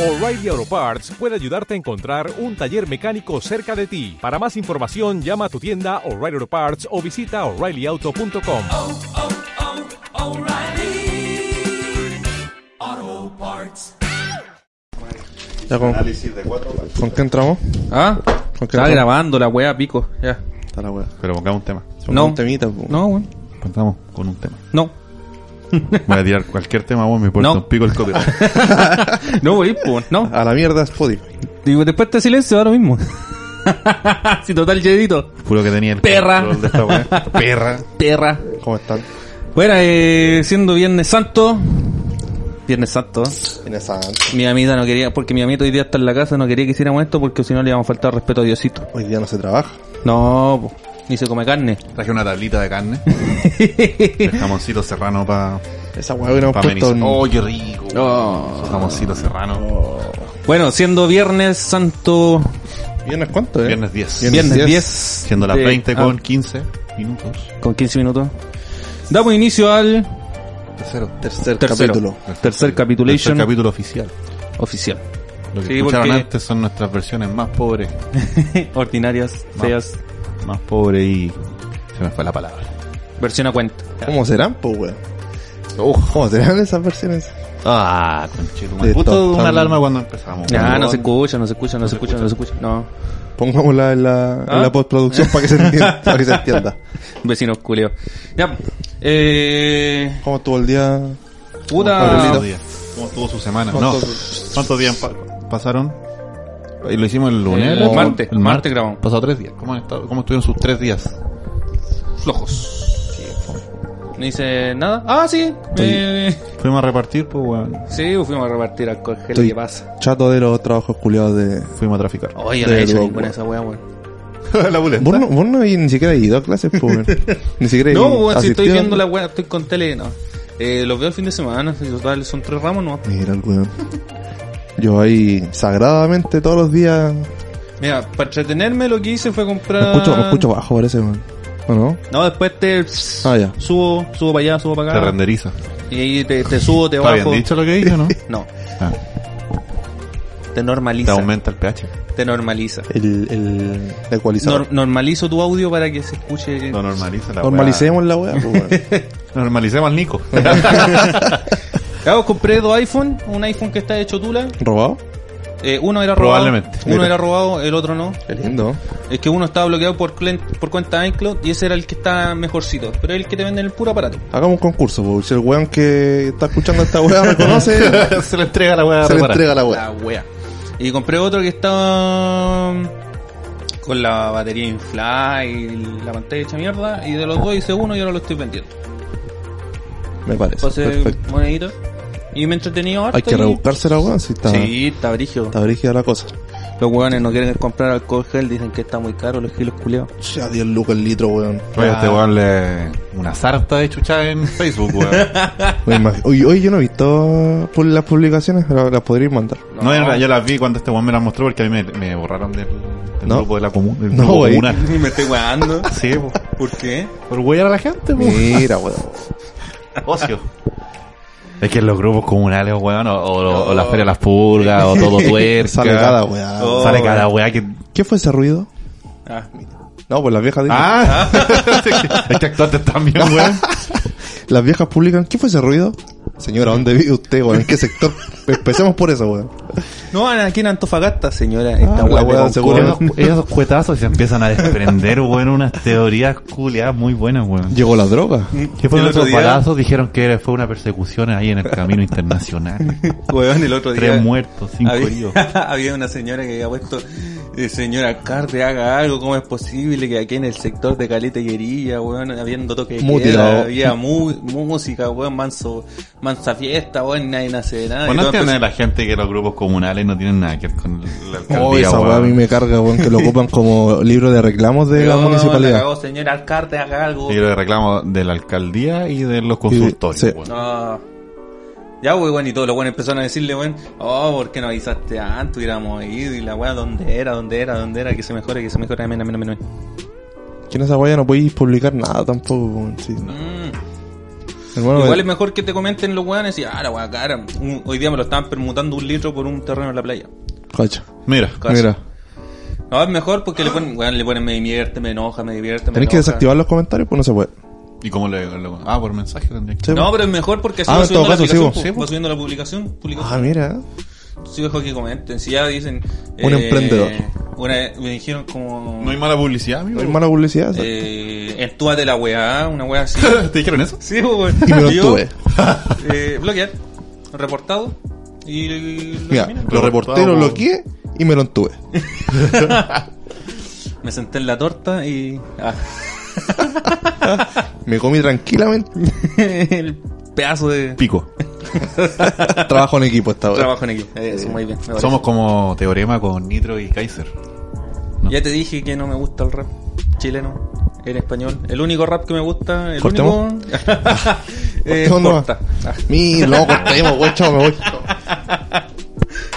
O'Reilly Auto Parts puede ayudarte a encontrar un taller mecánico cerca de ti. Para más información, llama a tu tienda O'Reilly Auto Parts o visita oreillyauto.com. Ya con, Análisis de cuatro partes. ¿Con qué entramos? Ah, ¿Con qué estaba no? grabando la weá, pico. Ya. Está la wea. Pero pongamos un tema. Son No. un temita, po. No, weón. Contamos con un tema. No. Voy a tirar cualquier tema, vos me importa No. un pico el copyright. No, weón, po, no. A la mierda Spotify. Digo, después de este silencio, ahora mismo. si total, Jedito. Puro que tenía el Perra. control de esta weá. Perra. Perra. ¿Cómo están? Bueno, eh, siendo Viernes Santo. Viernes Santo. En esa... Mi amita no quería, porque mi amita hoy día está en la casa, no quería que hiciéramos esto porque si no le íbamos a faltar respeto a Diosito. Hoy día no se trabaja. No, po, ni se come carne. Traje una tablita de carne. El jamoncito serrano para Esa wea hubiéramos pa puesto amenizar. en... Oh, qué rico. No. Jamoncito serrano. Bueno, siendo Viernes Santo. ¿Viernes cuánto, eh? Viernes 10. Viernes 10. diez. Siendo las de- 20 ah, con 15 minutos. con 15 minutos. Damos inicio al Tercero. Tercer Tercero. capítulo. Tercer Tercer capitulation capítulo oficial. oficial. Lo que Sí, escucharon porque- antes son nuestras versiones más pobres. Ordinarias, Ma- feas, Más pobres y. Se me fue la palabra. versión a cuenta. ¿Cómo serán, po, wea? ¿Cómo serán esas versiones? Ah, conchetumare. De Justo top, una tan- alarma cuando empezamos. Ya, Ah, no Perdón. se escucha, no se escucha, no se escucha, no se escucha. No, Pongámosla en la, ¿Ah? en la postproducción para que se entienda. para que se entienda. vecinos culeo. Ya, eh. ¿Cómo estuvo el día? Puta. ¿Cuántos Ah, días? ¿Cómo estuvo su semana? No. ¿Cuántos- ¿Cuántos días pa- pasaron? Y lo hicimos el lunes. El ¿no? martes, El martes martes grabamos. Pasado tres días. ¿Cómo, han estado- cómo estuvieron sus tres días? Flojos. No hice nada. Ah, sí. Eh, Fuimos a repartir, pues, weón. sí, fuimos a repartir alcohol gel. Estoy- ¿Qué pasa? Chato de los trabajos culiados de... Fuimos a traficar. Oye, de la he hecho los- ninguna esa wea, weón. la buleta. Vos no, vos no hay- ni siquiera has ido a clases, po, wea. Ni siquiera No, weón, si estoy asistido. viendo la wea, estoy con tele, no. Eh, los veo el fin de semana, si total, son tres ramos, no. Mira el weón. Yo ahí sagradamente todos los días. Mira, para entretenerme lo que hice fue comprar. Me escucho, me escucho bajo, parece, weón. ¿O no? No, después te Ah, ya. subo, subo para allá, subo para Te acá. renderiza. y ahí te, te subo, te ¿Está bajo. bien dicho lo que dije, no? No, Ah, te te normaliza. aumenta el pH. Te normaliza. El, el ecualizador. Nor- normalizo tu audio para que se escuche. Lo normaliza la Normalicemos la weá, pues, weón. weá. Normalicemos al Nico. Claro, compré dos iPhone, un iPhone que está hecho tula. ¿Robado? Eh, uno era robado. Probablemente. Uno Mira. era robado, el otro no. Qué lindo. Es que uno estaba bloqueado por, clen- por cuenta iCloud y ese era el que está mejorcito. Pero es el que te venden el puro aparato. Hagamos un concurso, pues. Si el weón que está escuchando esta weá reconoce, se le entrega la se weá. le preparada. entrega la weá. La wea. Y compré otro que estaba con la batería inflada y la pantalla hecha mierda. Y de los dos hice uno y ahora lo estoy vendiendo. Me parece. Pasé Perfecto. monedita. Y me he entretenido Pues, eh, harto. Hay que y- rebuscársela, weón, si está, Sí, está brígido. está brígida la cosa. Los hueones no quieren comprar alcohol gel, dicen que está muy caro los gilos culeados. Ya 10 lucas el litro, weón. Oye, este weón le... Una sarta de chucha en Facebook, weón. Me imag- Oye, oye, yo no he visto pu- las publicaciones, pero las podríais mandar. No, yo, la- yo las vi cuando este weón me las mostró porque a mí me, me borraron del, del No. grupo de la comuna. Del No, grupo wey. comunal. me estoy hueando. Sí, po. ¿Por qué? por huear a la gente, po. Mira, weón. Ocio. Es que los grupos comunales, weón, o, o- o- o la Feria de las Pulgas, o todo tuerca. Sale cada weá. Oh. Sale cada weá que... ¿Qué fue ese ruido? Ah, No, pues las viejas dicen- Ah, es que actuaste también, weón. Las viejas publican, ¿qué fue ese ruido? Señora, ¿dónde vive usted, weón? ¿En qué sector? Empecemos por eso, weón. no, aquí en Antofagasta, señora. Esta Ah, la hueá hueá de seguro. seguro. Esos, esos cuetazos se empiezan a desprender, weón, unas teorías culiadas muy buenas, weón. Llegó la droga. ¿Qué fueron El otro esos día- balazos? Dijeron que fue una persecución ahí en el camino internacional. Hueón, el otro día. Tres muertos, cinco heridos. había, había una señora que había puesto, eh, señora Carte, haga algo, ¿cómo es posible que aquí en el sector de Caleta y Guerilla, weón, habiendo toque de Mutilado. queda, había mu- música, weón, manso, mansa fiesta, weón, nadie nace de nada. Bueno, Y no todo entienden empezó- la gente que los grupos comunales no tienen nada que ver con la alcaldía, Oh, esa weá a weón. mí me carga, weón, que lo ocupan como libro de reclamos de la Weón, la municipalidad. cagó, señora Alcarte, haga algo. Libro de reclamo de la alcaldía y de los consultorios. sí. weón. No. Ya, weón, y todos los weones empezaron a decirle, weón, oh, ¿por qué no avisaste antes? Hubiéramos ido, y la weá, ¿dónde era? ¿Dónde era? ¿Dónde era? Que se mejore, que se mejore, amén, amén, amén. amén. Que en esa weá ya no podéis publicar nada tampoco, weón. sí. Mm. Hermano, eh, Igual me- es mejor que te comenten los weones y, ah, la wea cara. un- hoy día me lo estaban permutando un litro por un terreno en la playa. Cacha. Mira. Cacha. Mira. No, es mejor porque le ponen, weón, le ponen me divierte, me enoja, me divierte. me Tenés que enoja". desactivar los comentarios, pues no se puede. ¿Y cómo le, le- Ah, por mensaje tendría que... Sí, No, pues. pero es mejor porque así Ah, va en subiendo todo la caso, sí, publicación. vos. pu- va subiendo la publicación. publicación. Ah, mira. Sí, mejor que comenten. Si ya dicen. eh, Un emprendedor. Una, me dijeron como. ¿No hay mala publicidad, amigo? No hay mala publicidad. ¿sabes? eh, entúate la weá, una weá así. ¿Te dijeron eso? sí, weón. Y me lo yo, tuve. Eh, bloquear. Reportado. Y. lo Mira, eliminan. lo reporté, lo Reportado. bloqueé y me lo entuve. Me senté en la torta y. ah, Me comí tranquilamente. el pedazo de. Pico. Trabajo en equipo esta hora. Trabajo en equipo. Eso, muy bien. me parece. Somos como Teorema con Nitro y Kaiser. Ya te dije que no me gusta el rap chileno, en español. El único rap que me gusta, el ¿Cortemos? único. eh, ¿Qué onda? corta. Ah, Mi loco, tenemos, güey, chao, me voy.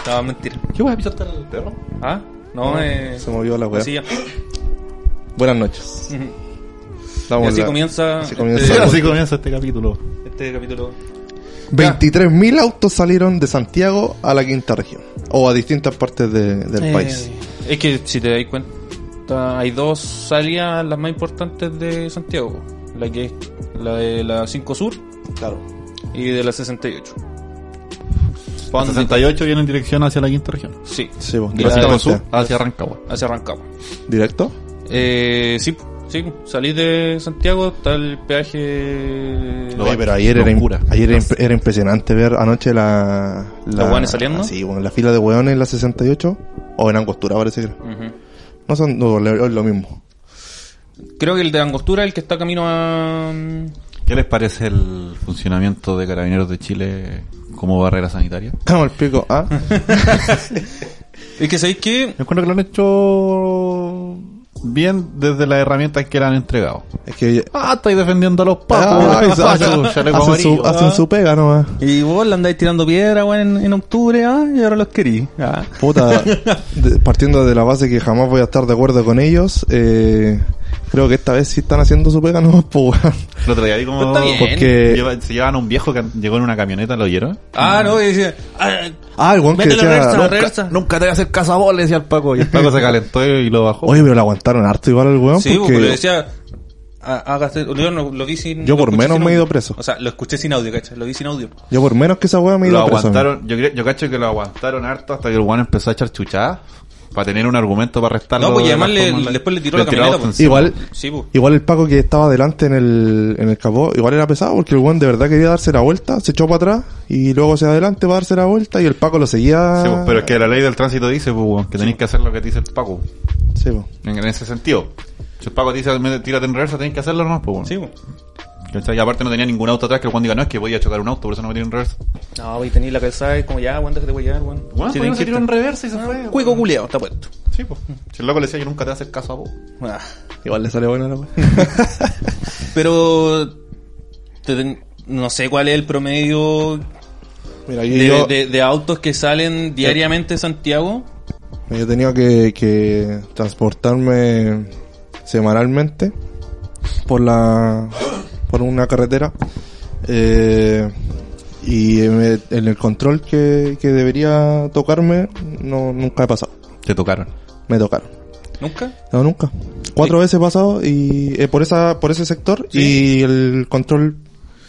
No, mentira. ¿Qué voy a pisar el perro? ¿Ah? No, eh. Se movió la weá. Así, ya. Buenas noches. Y Estamos así la- comienza, así comienza este, la- así comienza este capítulo. este capítulo. 23.000 autos salieron de Santiago a la quinta región. O a distintas partes de- del Eh, país. Es que si te dais cuenta, hay dos salidas las más importantes de Santiago: la que es la de la 5 Sur Claro. y de la 68. El 68 viene en dirección hacia la quinta región. Sí, Sí, vos, Y la de Hacia directamente. el sur, hacia Rancagua. hacia Rancagua. ¿Directo? Eh, sí, sí, salís de Santiago, está el peaje. Lo- Oye, pero ayer, era, Locura. ayer era, imp- era impresionante ver anoche la... la ¿Los hueones saliendo? Sí, bueno, la fila de hueones en la 68. O en Angostura, parece que era. Ujú. No son no, es lo mismo. Creo que el de Angostura es el que está camino a. mm, ¿Qué les parece el funcionamiento de Carabineros de Chile como barrera sanitaria? Vamos, el pico. Ah, Es que sabéis que. Yo encuentro que lo han hecho bien desde las herramientas que le han entregado. es que... Ah, estáis defendiendo a los papos. Ah, los hacen- papos, chaleco hacen, su, amarillo. hacen su pega nomás. Y vos le andáis tirando piedra, weón, en, en octubre, ah, y ahora los querís. Ah. Puta, de- partiendo de la base que jamás voy a estar de acuerdo con ellos, eh, creo que esta vez sí están haciendo su pega nomás, pues, weón. Lo traía ahí como... Eh, Está bien. Porque- Lleva- se llevaban a un viejo que llegó en una camioneta, ¿lo oyeron? Ah, no, y decía. Ah, Ah, el weón que métele reversa, decía... reversa. Nunca te voy a hacer cazaboles, decía el Paco. Y el Paco se calentó y lo bajó. Oye, pero lo aguantaron harto igual al weón, Sí, porque... porque le decía. ah, hágase- yo no- lo vi sin. Yo lo por escuché menos sin me he ido audio. preso. O sea, lo escuché sin audio, ¿cachai? Lo vi sin audio. Yo por menos que esa weá me lo iba a preso. aguantaron, yo, creo- yo cacho que lo aguantaron harto hasta que el Juan empezó a echar chuchadas para tener un argumento para restarlo. No, pues, y de además la le- forma en después le tiró la tiraba camioneta, pues. ofensiva. Igual, Sí, pues. igual el Paco que estaba delante en el, en el capó, igual era pesado porque el weón de verdad quería darse la vuelta, se echó para atrás y luego se adelante para darse la vuelta y el Paco lo seguía... Sí, pues, pero es que la ley del tránsito dice pues, weón, que tenéis que hacer lo que te dice el Paco. Sí, pues. En, en ese sentido. Si el Paco te dice "Me- tírate en reversa, tenéis que hacerlo nomás, pues. weón. Sí, pues. ¿Cachai? Y aparte no tenía ningún auto atrás que el Juan diga, no, es que voy a chocar un auto, por eso no me tiro en reversa. No, voy a tener la cabeza y como ya, weón, déjate weón, weón. Si Juan, ¿por qué no tenés que se tiró en estar- reversa y se fue. weón? Cuico culeado, está puesto. Sí, pues. Si el loco le decía, yo nunca te voy a hacer caso a vos. Ah. Igual le sale buena la weá. Pero te ten- no sé cuál es el promedio Mira, de, yo- yo- de- de autos que salen diariamente de Santiago. Yo tenía que, que transportarme semanalmente por la por una carretera eh, y me- en el control que, que debería tocarme no nunca he pasado Te tocaron. me tocaron ¿Nunca? no nunca cuatro veces he pasado y eh, por esa por ese sector Sí. y el control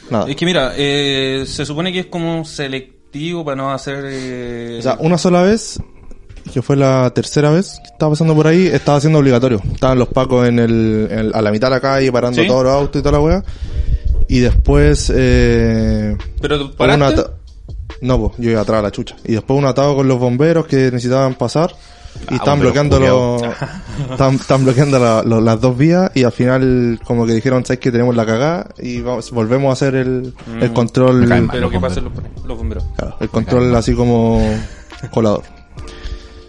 nada Es que mira, eh, se supone que es como selectivo para no hacer... eh, o sea una sola vez que fue la tercera vez que estaba pasando por ahí, estaba siendo obligatorio. Estaban los pacos en el, en el- a la mitad de la calle parando ¿Sí? todos los autos y toda la weá. Y después, eh, pero hubo un paraste, ata- No, pues, yo iba atrás a la chucha. Y después un atado con los bomberos que necesitaban pasar. Y Ah, estaban bomberos bloqueando los, estaban, estaban bloqueando la- lo- las dos vías y al final como que dijeron, ¿sabes que tenemos la cagada? Y vamos, volvemos a hacer el, el Me caen control, mal. pero los que pasen bomberos. los, los bomberos. claro, el control así como colador.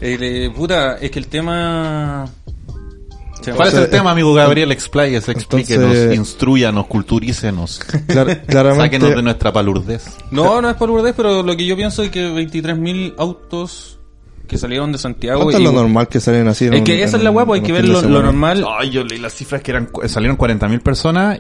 El, eh, puta, es que el tema... Se me ¿Cuál es pasa- el tema, amigo Gabriel? Expláyese, Este explíquenos, Entonces- instruyanos, culturícenos. Clar- claramente. Sáquenos de nuestra palurdez. No, no es por burdez, pero lo que yo pienso es que 23.000 autos que salieron de Santiago... ¿Cuánto es y- lo normal que salen así? en Es un- que esa en es la un- hueá, pues, hay en que un ver fin de lo, lo semana? normal. Ay, yo leí las cifras que eran, salieron 40.000 personas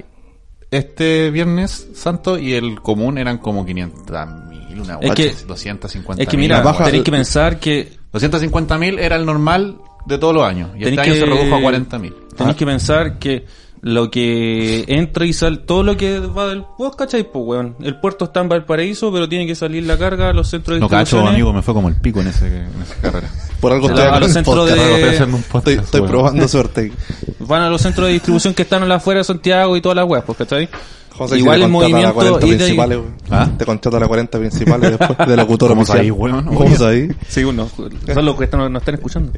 este viernes santo y el común eran como 500 mil, una Es guacha, que- 250 Es que mira, baja- tenéis que pensar que 250 mil era el normal de todos los años. Y Tenés este año que- se redujo a 40 mil. Ah. tenéis que pensar que lo que entra y sale, todo lo que va del... Vos cacháis, pues, weón. El puerto está en Valparaíso, pero tiene que salir la carga a los centros de No cacho, distribución. amigo, me fue como el pico en, ese, en esa carrera. Por algo Se estoy la- acá a los en el centros podcast. de- Carrera, estoy haciendo un podcast, Estoy, estoy weón. probando suerte. Van a los centros de distribución que están a la afuera de Santiago y todas las weas, pues, ¿cachai? José, Igual si te contrata a el movimiento... las 40 ida y- principales, weón. ¿Ah? Te contrata a las 40 principales después de locutor ¿Cómo oficial. sabéis, weón? ¿Cómo sabéis? Sí, uno. Son los que están- nos están escuchando.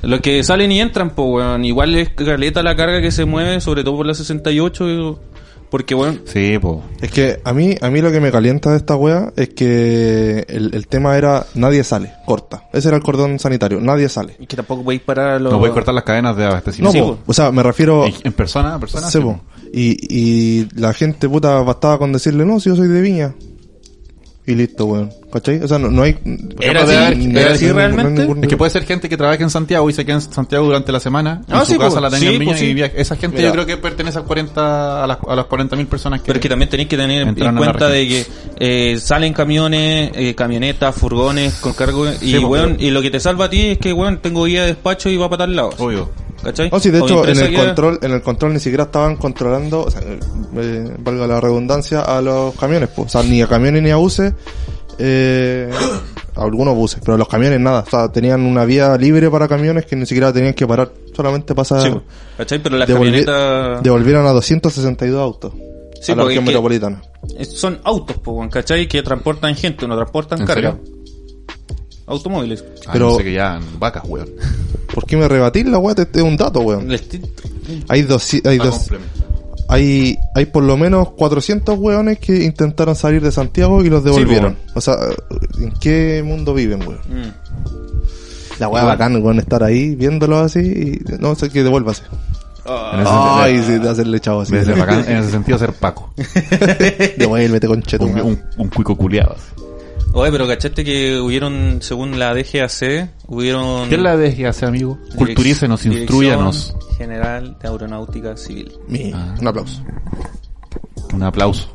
Los que salen y entran, pues, weón. Igual es caleta la carga que se mueve, sobre todo por la 68, porque, weón, Sí, po. Es que a mí, a mí lo que me calienta de esta wea es que el, el tema era nadie sale, corta. Ese era el cordón sanitario, nadie sale. que tampoco podéis parar a los... No voy a cortar las cadenas de No, abastecimiento. sí, pues. po. po. o sea, me refiero... en, en persona, a persona. Sí, sí, po. po. y, y la gente puta bastaba con decirle, no, si yo soy de Viña. Y listo, weón. ¿Cachai? O sea, no, no hay... Era no hay así, ningún- era no hay así ningún- realmente. ningún- Es que puede ser gente que trabaja en Santiago y se queda en Santiago durante la semana. Ah, en su sí, casa po. la tenía Sí, en po, Viña sí. y viaja. Esa gente Mira. yo creo que pertenece a, 40, a las, a las 40.000 personas que... Pero es que también tenéis que tener en Entraron a la cuenta de que eh, salen camiones, eh, camionetas, furgones con cargo y, pues, weón, y lo que te salva a ti es que, weón, tengo guía de despacho y va para tal lado. Obvio. ¿Cachai? No, sí, de O hecho, en empresa el, que- control, en el control ni siquiera estaban controlando, o sea, eh, valga la redundancia, a los camiones, po. o sea, ni a camiones ni a buses, eh, a algunos buses, pero a los camiones nada, o sea, tenían una vía libre para camiones que ni siquiera tenían que parar, solamente pasar, Sí, po. ¿Cachai? Pero las devolvi- camionetas... devolvieron a 262 autos Sí, a la porque región es que- metropolitana. Eh, Son autos, po, weón, ¿cachai? Que transportan gente, no transportan ¿En carga. serio? Ah. Automóviles. Pero... Pero- no sé que ya en vacas, weón. ¿Por qué me rebatís la weá? Te- te- Es un dato, weón. Les ti- Hay dos, hay Ah, dos, complemento. hay, hay por lo menos 400 hueones que intentaron salir de Santiago y los devolvieron. o sea, ¿en qué mundo viven, weón? Mm. La hueá bacán, weón, estar ahí viéndolo así y no sé que devuélvase. En ese Ay, sentido- sí, de hacerle chavo así. en ese bacán- en ese sentido, ser Paco. Devuélvete, concheto. un, un, un cuico culiado. Oye, pero ¿cachaste que hubieron, según la DGAC, hubieron... ¿Qué es la DGAC, amigo? direc- Culturícenos, Dirección instruyanos. General de Aeronáutica Civil. Mi- Ah. Un aplauso. Un aplauso.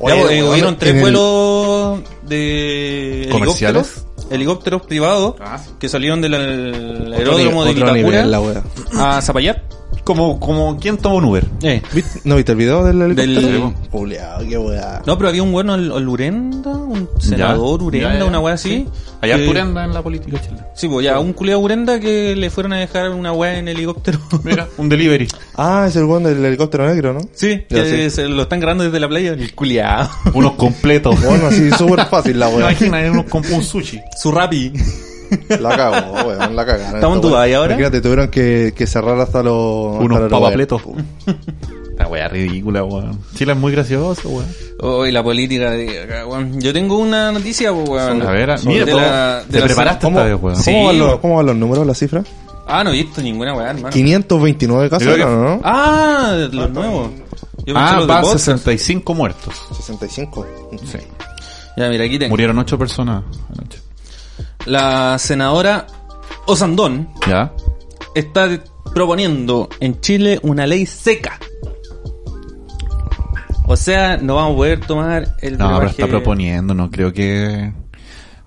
Oye, Ya, eh, weón, hubieron tres en el- vuelos de helicópteros, ¿Comerciales? helicópteros privados Ah, sí. que salieron del el Otro aeródromo nivel- otro de nivel, la Vitacura weá. a Zapallat. Como, como, ¿quién toma un Uber? Eh, ¿Viste- ¿No viste el video del Del- helicóptero? Puleado, qué weá. No, pero había un bueno, el, el Urenda, un senador Ya, Urenda, ya, ya. una weá así. Allá que- Urenda en la política chilena. Sí, pues ya, un culiado Urenda que le fueron a dejar una weá en helicóptero. Mira, un delivery. Ah, es el weón del helicóptero negro, ¿no? sí, Ya, que sí. se lo están grabando desde la playa. El culiado. Unos completos. Bueno, así súper fácil la weá. Imagina, unos comp- un sushi. Su rapi. La cago, weón, la cagaron. Estamos en Esto, Dubái weón. ahora. Imagínate, tuvieron que, que cerrar hasta los. hasta Unos los papapletos. La wea ridícula, weón. Chile es muy gracioso, weón. Oh, y la política de acá, weón. Yo tengo una noticia, pues, weón. A ver, a- Sobre mira, de la- de te la- preparaste ¿Cómo, esta vez, weón. Sí. ¿cómo, van los, cómo van los números, las cifras? Ah, no he visto ninguna weá, hermano. 529 casos, Creo que- eran, ¿no? Ah, los nuevos. Yo pensé Ah, los de va Vox. 65 Ah. muertos. 65. Sí. Ya, mira, aquí tengo. Murieron 8 personas anoche. La senadora Osandón ¿Ya? está proponiendo en Chile una ley seca. O sea, no vamos a poder tomar el No, pero brebaje- está proponiendo, no creo que...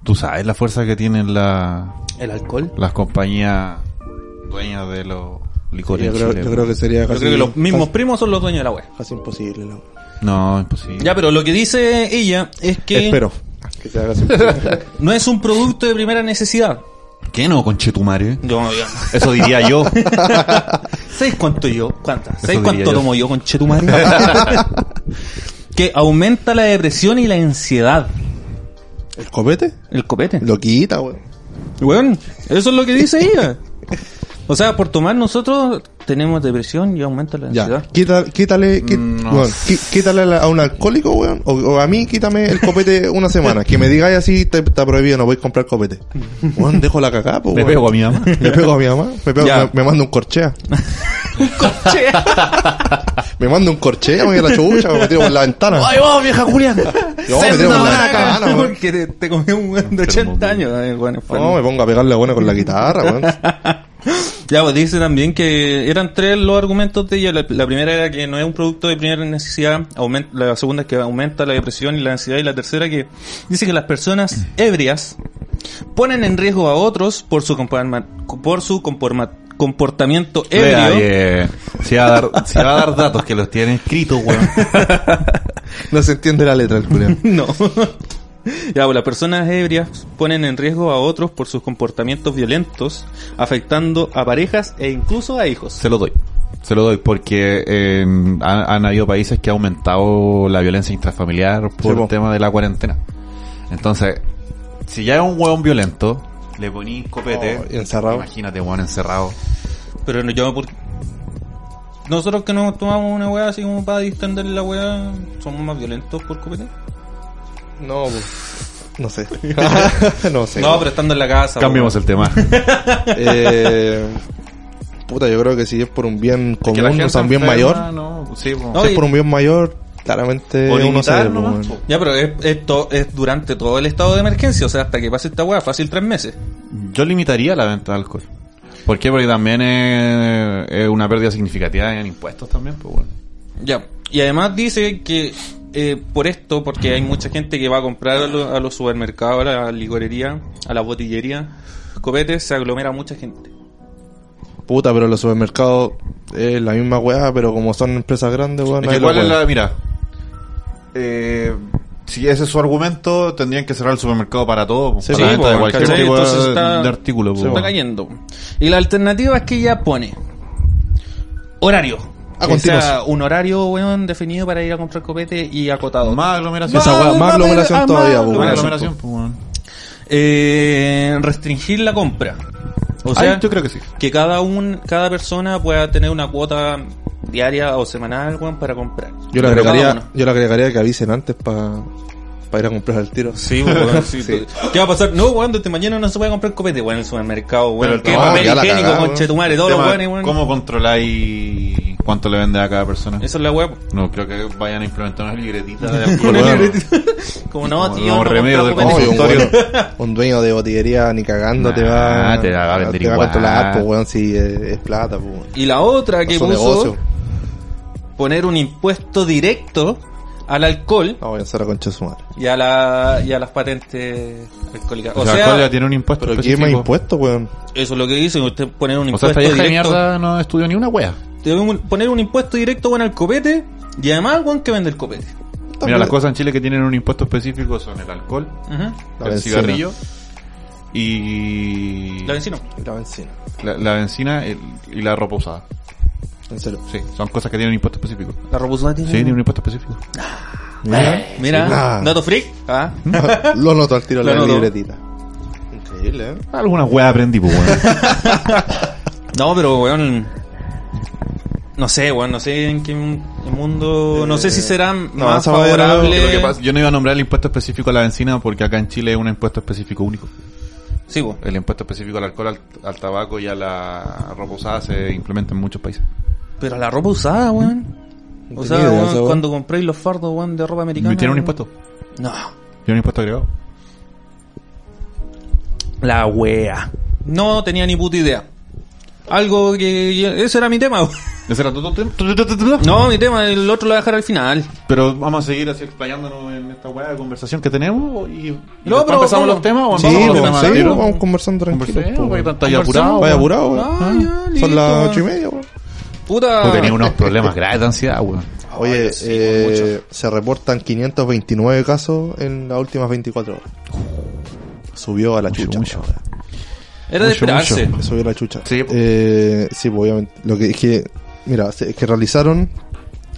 Tú sabes la fuerza que tienen la, el alcohol. las compañías dueñas de los licores. Yo en creo, Chile, yo weón. creo que sería Yo casi. creo que los mismos casi, primos son los dueños de la web. casi imposible, la weá. No, imposible. Ya, pero lo que dice ella es que Espero que sea casi imposible. no es un producto de primera necesidad. ¿Qué no, conchetumare? Yo, yo- Eso diría yo. ¿Sabes cuánto yo? ¿Cuántas? ¿Sabes diría cuánto yo. tomo yo con Chetumare? que aumenta la depresión y la ansiedad. ¿El copete? El copete. Lo quita, weón. Bueno, eso es lo que dice ella. O sea, por tomar nosotros tenemos depresión y aumenta la Ya. ansiedad. Quita- quítale, qui- No. weón, qui- quítale la- a un alcohólico, weón. O, o a mí, quítame el copete una semana. Que me digáis así, te- está prohibido, no voy a comprar copete. Weón, dejo la cagada, po, Le weón. pego a mi mamá. Le pego a mi mamá, me, pego- Ya. me, me mando un corchea. me mando un corchea, me voy a la chucha, me tiro por la ventana. ¡Ay, vamos, vieja Julián! Yo me tiro por la ventana, weón. Porque te, te comió un eh, weón de 80 años. Ay, weón, enfermo. No, me pongo a pegarle a buena con la guitarra, weón. Ya, pues dice también que eran tres los argumentos de ella. La, la primera era que no es un producto de primera necesidad, aumenta, la segunda es que aumenta la depresión y la ansiedad, y la tercera que dice que las personas ebrias ponen en riesgo a otros por su, comporma- por su conforma- comportamiento Lea ebrio. bien. Si Eh, va, a dar, si va a dar datos que los tiene escritos, weón. No se entiende la letra, el culiao. No. Ya, pues las personas ebrias ponen en riesgo a otros por sus comportamientos violentos, afectando a parejas e incluso a hijos. Se lo doy. Se lo doy porque eh, han, han habido países que ha aumentado la violencia intrafamiliar por Sí, po. el tema de la cuarentena. Entonces, si ya es un hueón violento, le ponís copete. Oh, y encerrado. Imagínate, hueón encerrado. Pero no, yo, por- nosotros que nos tomamos una weá así como para distender la weá, somos más violentos por copete. No, pues, no sé. no sé. No, pero estando en la casa. Cambiamos el tema. Eh, puta, yo creo que si es por un bien Que la común, gente o sea, un bien enferma, mayor. No, sí, po. No, si y- es por un bien mayor, claramente Por uno se limitar pues, nomás, bueno. Ya, pero es, es to- es durante todo el estado de emergencia, o sea, hasta que pase esta weá, fácil tres meses. Yo limitaría la venta de alcohol. ¿Por qué? Porque también es, es una pérdida significativa en impuestos también, pues bueno. Ya. Y además dice que eh, por esto, porque hay mucha gente que va a comprar a, lo- a los supermercados, a la licorería, a la botillería, copetes, se aglomera mucha gente. Puta, pero los supermercados es la misma weá, pero como son empresas grandes, weón. Es nadie que lo cuál es puede. la- mira, eh, si ese es su argumento, tendrían que cerrar el supermercado para todo. Sí, para sí, la venta pues, de cualquier ¿cachai? tipo de- Entonces está- de artículo. Sí, pues. Está cayendo. Y la alternativa es que ya pone horario. A Que sea continuación. un horario, weón, definido para ir a comprar copete y acotado. Más aglomeración. Esa weá, más aglomeración más todavía, pues, aglomeración, aglomeración, pues, bueno. Eh, restringir la compra. O sea, Ay, yo creo que sí. que cada un, cada persona pueda tener una cuota diaria o semanal, weón, para comprar. Yo le Pero cada agregaría, uno. yo le agregaría que avisen antes para ir a comprar al tiro. Sí, weón, sí, Sí. tú- ¿Qué va a pasar? No, weón, desde mañana no se puede comprar copete, weón, en el supermercado, weón. Pero Qué no, papel ya la higiénico, cagá, conche tu madre, El todos los tema, weones, weón. ¿Cómo controláis cuánto le vende a cada persona? Eso es la weá. po. No, creo que vayan a implementar una libretita de alcohol. Una weón. libretita. Como no, Como tío, los no remedios comprar del No, copete. y un, consultorio. weón- un dueño de botillería ni cagando Nah, te va, te la va a vender te va igual. controlar, pues, weón, si es, es plata, pues, weón. Y la otra que Es su puso, negocio. poner un impuesto directo al alcohol No, voy a hacer a concha de su madre. y a, la, y a las patentes alcohólicas. O O sea, sea, ¿cuál ya tiene un impuesto Pero ¿quién específico? más impuestos, weón? eso es lo que dicen, usted poner un O impuesto sea, esta vieja de directo. mierda no estudió ni una wea. Te deben poner un impuesto directo bueno, al copete y además bueno, que vende el copete. Mira, las cosas en Chile que tienen un impuesto específico son el alcohol, Ujú. La el bencina. cigarrillo y La vecino. La bencina. la- la bencina el- y la ropa usada. En serio. Sí, son cosas que tienen un impuesto específico. La robustad Sí, tiene. tiene un impuesto específico. Mira, Mira, Ah. dato freak. Ah. ¿Mm? lo noto al tiro Lo de la noto. libretita. Increíble, ¿eh? Alguna wea aprendí, pues, weón. No, pero weón. No sé, weón, no sé en qué m- mundo. No sé Eh, si será más esa va a ver algo. favorable. Lo que pasa- yo no iba a nombrar el impuesto específico a la bencina porque acá en Chile es un impuesto específico único. Sí, weón. El impuesto específico al alcohol, al, al tabaco y a la ropa usada se implementa en muchos países. Pero la ropa usada, weón. O ¿Mm? tenía sea, idea, weón, esa weón. cuando compréis los fardos, weón, de ropa americana. ¿Tiene un weón. impuesto? No. ¿Tiene un impuesto agregado? La wea. No tenía ni puta idea. Algo que. Ese era mi tema, weón. ¿Ese era todo? No, No, mi tema, el otro lo voy a dejar al final. Pero vamos a seguir así explayándonos en esta weá de conversación que tenemos y, y No, después pero empezamos vamos. los temas o Sí, empezamos los pues, temas sí, al tiro. pues, vamos conversando tranquilos. Conversemos, pues, porque weón. tanto ahí apurado. Vaya apurado, weón. Ah, ya, listo, Son las weón. ocho y media, weón. Puta. Tú tenías unos problemas graves de ansiedad, weón. Ah, Oye, sí, eh, se reportan 529 casos en las últimas 24 horas. Subió a la Mucho, chucha. mucho. weón. Era de Mucho, esperarse. mucho. Subió a la chucha. Sí, po. eh, sí po, obviamente. Lo que es que, mira, se- es que realizaron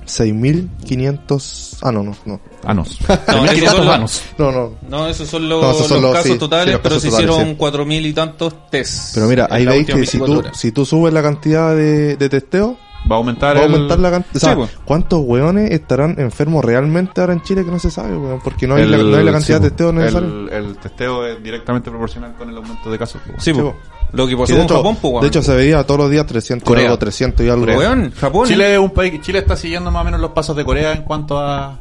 6.500... Ah, no, no, no. Ah, no. No, esos son los- vanos. No, no. No, esos son los, No, esos son los los- casos sí, totales, sí, los pero casos se totales, hicieron sí. cuatro mil y tantos test. Pero mira, en ahí las veis últimas que si 24 tú, horas. si tú subes la cantidad de, de testeo, pues. Va a aumentar va a el- pues. aumentar la cantidad. O sea, Sí, po. ¿cuántos hueones estarán enfermos realmente ahora en Chile que no se sabe, weón? Porque no hay, el- la, no hay la cantidad sí, pues. de testeo el- necesaria. El, testeo es directamente proporcional con el aumento de casos. weón. Sí, Sí, po. po. Lo que pues Y pasó de, con hecho, Japón, po, weón. de hecho, se veía todos los días 300 y Corea. algo, 300 y algo. Weón, Japón. Chile es un país Chile está siguiendo más o menos los pasos de Corea en cuanto a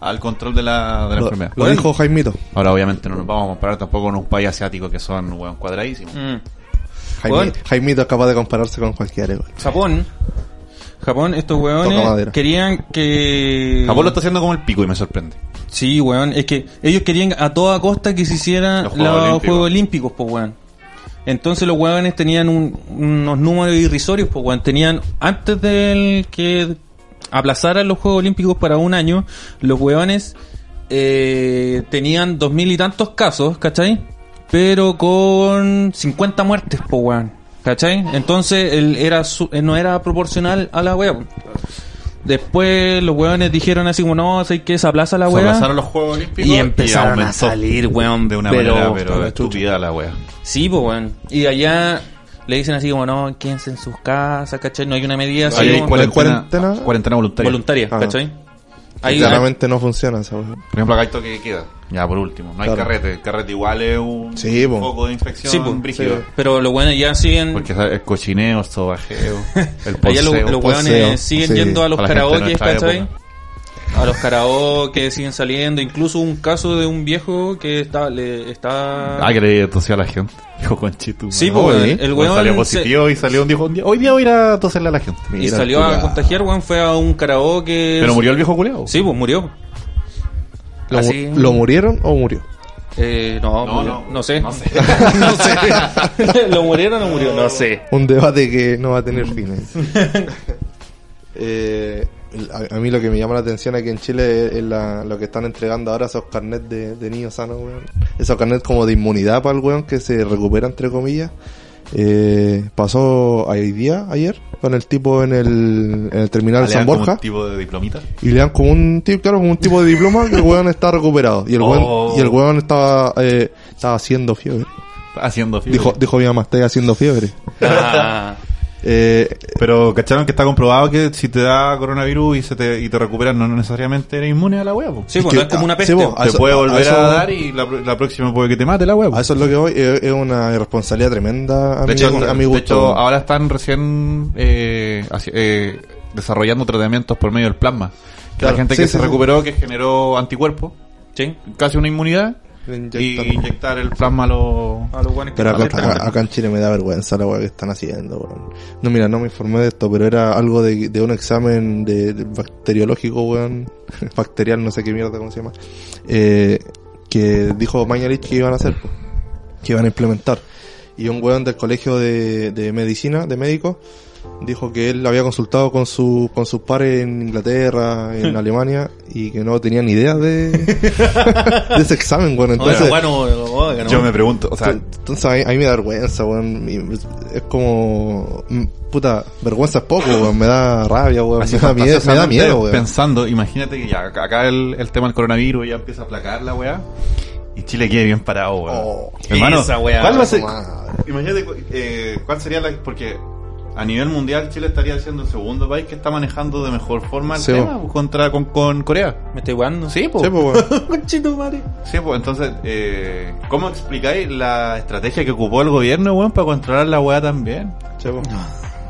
al control de la, de la Lo, enfermedad. lo Weón. dijo Jaimito. Ahora obviamente no nos vamos a comparar tampoco con un país asiático que son weón cuadradísimos. Mm. Jaime- Weón. Jaimito es capaz de compararse con cualquiera. igual. Japón. Japón, estos Toca weones madera. querían que... Japón lo está haciendo como el pico y me sorprende. Sí, weón. Es que ellos querían a toda costa que se hicieran Los los Juegos Juegos Olímpicos. Olímpicos, pues, weón. Entonces los weones tenían un- unos números irrisorios, pues, weón. Tenían, antes del que aplazaran los Juegos Olímpicos para un año, los weones eh, tenían dos mil y tantos casos, ¿cachai? Pero con 50 muertes, pues, weón. ¿Cachai? Entonces él era su- él no era proporcional a la weón. Después los weones dijeron así como, no, sé que se aplaza la Se weá. abrazaron los Juegos Olímpicos Y empezaron a aumentó salir, weón, De una pero- manera, pero estúpida la wea. Sí, pues, weón. Y allá le dicen así como, no, quédense en sus casas, ¿cachai? No hay una medida así Ahí hay como cual- cuarentena, ah, cuarentena- cuarentena voluntaria. voluntaria, Ah. ¿cachai? Ahí, Claramente no funciona esa weá. Por ejemplo, acá hay toque que queda. Ya, por último. No hay Claro. carrete. El carrete igual es un Sí, po. foco de infección Sí, po. brígido. Sí. pero los weones ya siguen... Porque ¿sabes? el cochineo, el sobajeo, el allá poseo. los, poseo, los weones siguen sí. yendo a los A la gente de karaoke, nuestra ¿cachai? época. A los karaoke siguen saliendo. Incluso un caso de un viejo que está... Le, está... Ah, que le tosía a la gente. Dijo Conchito. Sí, man. po, Oye, el- el pues weón Salió se- positivo y salió un día, un día, Hoy día voy a ir a toserle a la gente. y Mira, salió a culiao. contagiar, weón. Fue a un karaoke... Pero murió el viejo culeado. Sí, pues murió. ¿Lo, mu- Así- ¿Lo murieron o murió? Eh, no, No, murió. no. no sé. No sé. No sé. ¿Lo murieron o no murió? No sé. Un debate que no va a tener fines. Eh, a, a mí lo que me llama la atención aquí en Chile es, es la- lo que están entregando ahora esos carnets de, de niños sanos, weón. Esos carnets como de inmunidad para el weón que se recupera, entre comillas. Eh, pasó hoy día, ayer, con el tipo en el, en el terminal Le dan San como Borja. un tipo de diplomita. Y le dan como un tipo, claro, como un tipo de diploma que el weón está recuperado. Y el weón, Oh. y el weón estaba, eh, estaba haciendo fiebre. Haciendo fiebre. Dijo, dijo mi mamá, estoy haciendo fiebre. Ah, Eh, Pero cacharon que está comprobado que si te da coronavirus y, se te, y te recuperas, no necesariamente eres inmune a la wea. po. sí, que- bueno, es como una sí, peste. vos, te eso- puede a- a volver a, eso- dar y la, pr- la próxima puede que te mate la wea. po. A eso es lo que voy, es, es una irresponsabilidad tremenda a, De mi, hecho, a mi de gusto. hecho, ah, ahora están recién eh, haci- eh, desarrollando tratamientos por medio del plasma. Que Claro. la gente Sí, que sí, se sí. recuperó, que generó anticuerpos, Sí. casi una inmunidad, Le y inyectan. inyectar el plasma a los... A los guanes que Pero acá, están- acá- acá en Chile me da vergüenza la weá que están haciendo. weón. No, mira, no me informé de esto, pero era algo de, de un examen de, de bacteriológico, weón. Bacterial, no sé qué mierda, cómo se llama. Eh, que dijo Mañalich que iban a hacer, po, que iban a implementar. Y un weón del colegio de, de medicina, de médicos, dijo que él había consultado con, su, con sus pares en Inglaterra, en Alemania, y que no tenían idea de, de ese examen, weón. Oiga, Entonces, bueno, Ah, oiga, ¿no? Yo me pregunto, o sea, entonces a mí, a mí me da vergüenza, weón. Y Es como. mm, Puta, vergüenza es poco, weón. Me da rabia, weón. así Me da miedo, me da fantasiosamente miedo, weón. pensando, imagínate que ya acá acá el, el tema del coronavirus ya empieza a aplacar la weá, y Chile quede bien parado, weón. Oh, Hermano, esa weá. ¿cuál va a ser- Madre. Imagínate, cu- eh, ¿cuál sería la...? Porque a nivel mundial Chile estaría siendo el segundo país que está manejando de mejor forma el Sí, tema contra, con, con Corea. Me estoy jugando. Sí, pues. Sí, pues, weón. madre. Entonces, eh, ¿cómo explicáis la estrategia que ocupó el gobierno, weón, para controlar la weá también? Sí, pues.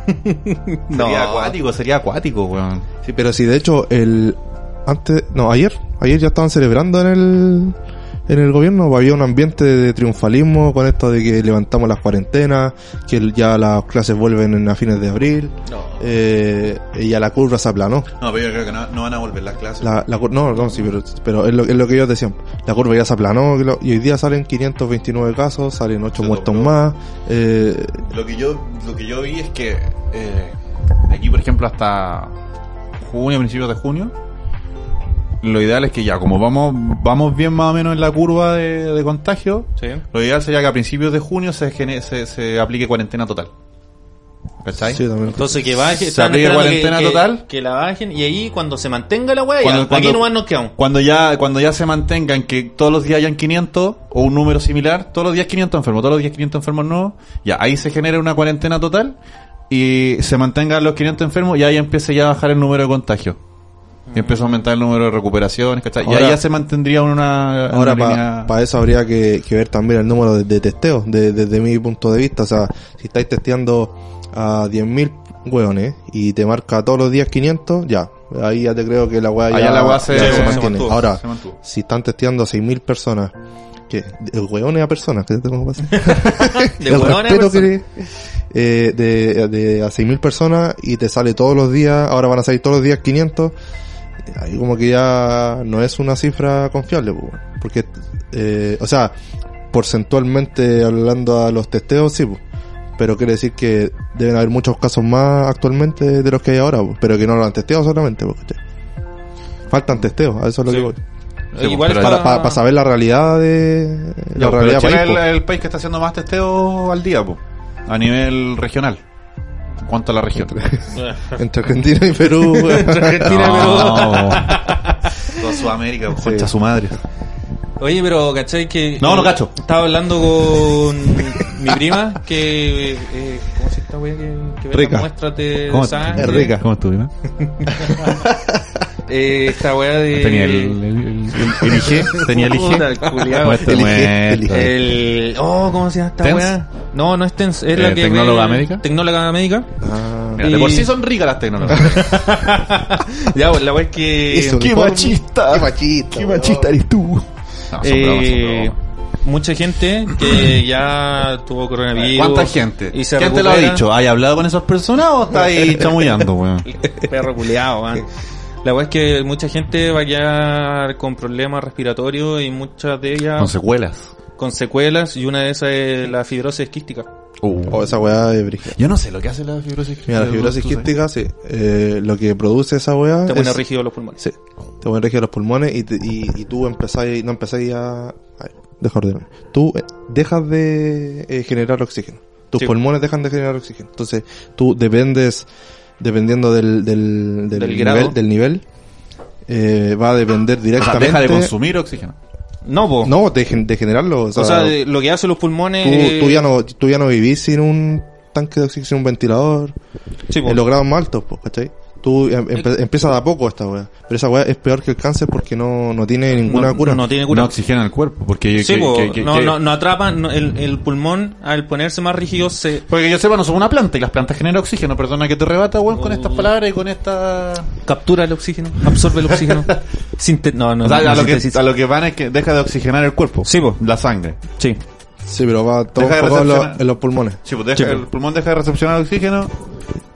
No. Sería acuático, sería acuático, weón. Sí, pero si de hecho, el. Antes. No, ayer. Ayer ya estaban celebrando en el. En el gobierno había un ambiente de triunfalismo con esto de que levantamos las cuarentenas, que ya las clases vuelven en- a fines de abril, eh, y ya la curva se aplanó. No, pero yo creo que no, no van a volver las clases. La, la cur- no, no, sí, pero, pero es, lo, es lo que ellos decían. La curva ya se aplanó que lo- y hoy día salen 529 casos, salen 8 Se muertos dobló. más. Eh, Lo que yo, lo que yo vi es que eh, aquí, por ejemplo, hasta junio, principios de junio, lo ideal es que ya, como vamos, vamos bien más o menos en la curva de, de contagio, Sí. lo ideal sería que a principios de junio se, gene- se, se aplique cuarentena total. ¿Cachai? sí, también. Entonces que baje. Se están aplique esperando cuarentena que, que- total. Que la bajen. Y ahí cuando se mantenga la weá, Cuando- ya, cuando- aquí nomás nos quedamos. Cuando ya, cuando ya se mantengan que todos los días hayan 500 o un número similar, todos los días 500 enfermos, todos los días 500 enfermos nuevos, ya ahí se genera una cuarentena total y se mantengan los 500 enfermos y ahí empieza ya a bajar el número de contagios. Y empieza a aumentar el número de recuperaciones, ¿cachai? y Mm. Ahora- ahí ya se mantendría una, Ahora, una para línea- eso habría que, que ver también el número de, de testeos, de- desde mi punto de vista. O sea, si estáis testeando a 10.000 hueones y te marca todos los días 500, ya. Ahí ya te creo que la hueá Allá ya, la hueá se- ya se mantiene. mantuvo, Ahora, se mantuvo. si están testeando a 6.000 personas que el hueón es a personas, que tengo que pasar. De pues, el hueón a respeto que le- eh, de, de a 6.000 personas y te sale todos los días, ahora van a salir todos los días 500. eh, Ahí como que ya no es una cifra confiable, pues, bueno, porque, eh, o sea, porcentualmente hablando a los testeos, sí, pues, pero quiere decir que deben haber muchos casos más actualmente de los que hay ahora, pues, pero que no lo han testeado solamente, pues, ¿cachai? faltan testeos, a eso es lo Sí. que voy. Sí, Igual pero es Para, para- para saber la realidad de la Ya, pero realidad Chile país, pues. es el, po. el país que está haciendo más testeo al día, po, a nivel regional. En cuanto a la región. entre Argentina y Perú. weón. Argentina, No, po. Toda Sudamérica, po, concha su madre. pero- Oye, pero ¿cachai que... eh, No, no cacho. Estaba hablando con mi prima que... eh, eh, ¿Cómo se esta wea que, que ve Rica. las muestras de ¿Cómo, sangre? es rica. ¿Cómo estuvo, no? Eh, esta wea de... Tenía el, el, el, el IG. Tenía el Puta, IG. el culiao. Muestra, El IG, muestra. Eh, el IG. El... Oh, ¿cómo se llama esta ¿Tens? wea? No, no es TENS. Es la Eh, que ¿tecnóloga ve- médica? Tecnóloga médica. Ah, Mira, de por sí son ricas las tecnologías. Ya, pues la wea es que... Eso, qué uniforme. machista. Qué machista. Qué weón. machista eres tú. No, son bromas, son Eh, bromas. mucha gente que ya tuvo coronavirus. ¿Cuánta gente? Y se ¿Quién te lo ha recupera. dicho? ¿Hay hablado con esas personas o está ahí chamullando, weón? Perro culeado, man. La verdad es que mucha gente va a quedar con problemas respiratorios y muchas de ellas Con secuelas. con secuelas y una de esas es la fibrosis quística. Oh, esa weá de brígida. Yo no sé lo que hace la fibrosis Mira, la fibrosis tú sabes. quística, sí. Eh, lo que produce esa weá. Te pone es- rígido los pulmones. Sí. Te pone rígido los pulmones y, te- y, y tú empezáis, no empezáis a. ay, deja ordenar. Tú eh, dejas de eh, generar oxígeno. Tus Sí. pulmones dejan de generar oxígeno. Entonces, tú dependes, dependiendo del, del, del, Del grado. nivel, del nivel eh, va a depender O sea, directamente. deja de consumir oxígeno. No, po. No, de, gen- de generarlo. O sea, o sea, de- lo que hacen los pulmones. tú, eh, tú, ya no, tú ya no vivís sin un tanque de oxígeno, sin un ventilador. sí, po. En los grados más altos, pues, ¿cachai? Tú em- empe- empiezas de a poco esta weá. Pero esa weá es peor que el cáncer porque no, no tiene ninguna no, cura. no tiene cura. No oxigena el cuerpo. Porque, Sí, que- po. que- que- no, que- no, no atrapa no, el, el pulmón al ponerse más rígido se porque yo sepa, no somos una planta y las plantas generan oxígeno. Perdona que te rebata, weón, con estas palabras y con esta... captura el oxígeno, absorbe el oxígeno. Sinte- no, no, O sea, no a lo, que, sintetiza. a lo que van es que deja de oxigenar el cuerpo. Sí, po. La sangre. Sí. Sí, pero va todo Deja de enfocado en, lo- recepcionar. en los pulmones. Sí, pues deja- Sí, po. el pulmón deja de recepcionar oxígeno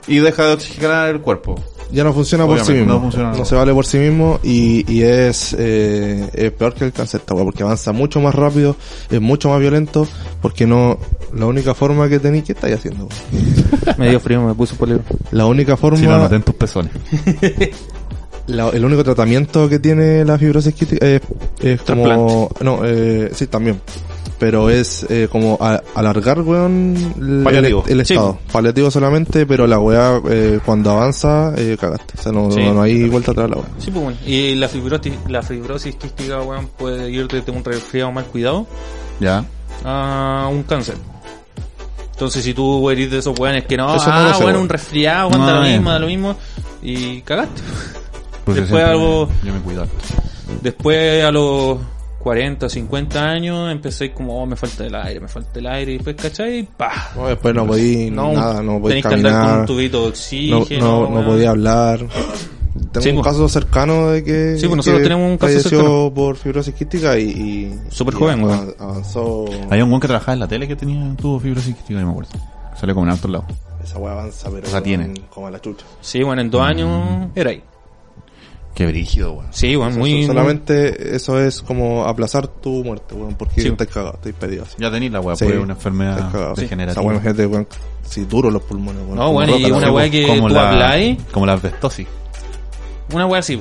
y deja de oxigenar el cuerpo. Ya no funciona por sí Obviamente, mismo. no funciona. se vale por sí mismo y, y es, eh, es peor que el cáncer esta weá porque avanza mucho más rápido, es mucho más violento porque no... La única forma que tenéis... ¿Qué estáis haciendo? weón? Me dio frío, me puse polero. La única forma... en tus pezones. La- el único tratamiento que tiene la fibrosis quística es, es como... No, eh, sí, también. Pero es eh, como a- alargar, weón, el, Paliativo. el estado. Paliativo solamente, pero la weá eh, cuando avanza, eh, cagaste. O sea, no, Sí. no, no hay vuelta atrás la weá. Sí, pues bueno. Y la fibrosis, la fibrosis quística, weón, puede ir desde un resfriado mal cuidado Ya. a un cáncer. Entonces, si tú eres de esos weones que no, Eso no ah, lo sé, bueno, weón. un resfriado, weón, No, da lo bien. mismo, da lo mismo, y cagaste. Pues yo Después siempre- algo- Yo me cuido. harto. Después, a los 40, 50 años, empecé como, oh, me falta el aire, me falta el aire, y después, ¿cachai? ¡Pah! No, después no podí nada, no podí tenés que andar con un caminar, tubito de no, oxígeno. no, no weón. podía hablar. Tengo Sí, un pues. caso cercano de que... Sí, pues nosotros que tenemos un caso falleció cercano. por fibrosis quística y... y Súper y joven, av- weón. Avanzó... Había un weón que trabajaba en la tele que tenía tuvo fibrosis quística, yo me acuerdo. Salió como en alto lado. Esa weá avanza, pero... O sea, tiene. Como a la chucha. Sí, bueno, en dos años era ahí. Qué brígido, weón. Sí, bueno, Eso- muy... solamente eso es como aplazar tu muerte, weón, porque Sí. Ah, estás cagado, estás pedido así. Ya tenéis la weá, Sí, pues es una enfermedad estás cagado. degenerativa. Esa weá, imagínate, weón, si duro los pulmones, weón. No, como weón, y roca la una weá. weá que tú habláis. Como la asbestosis. Una wea así.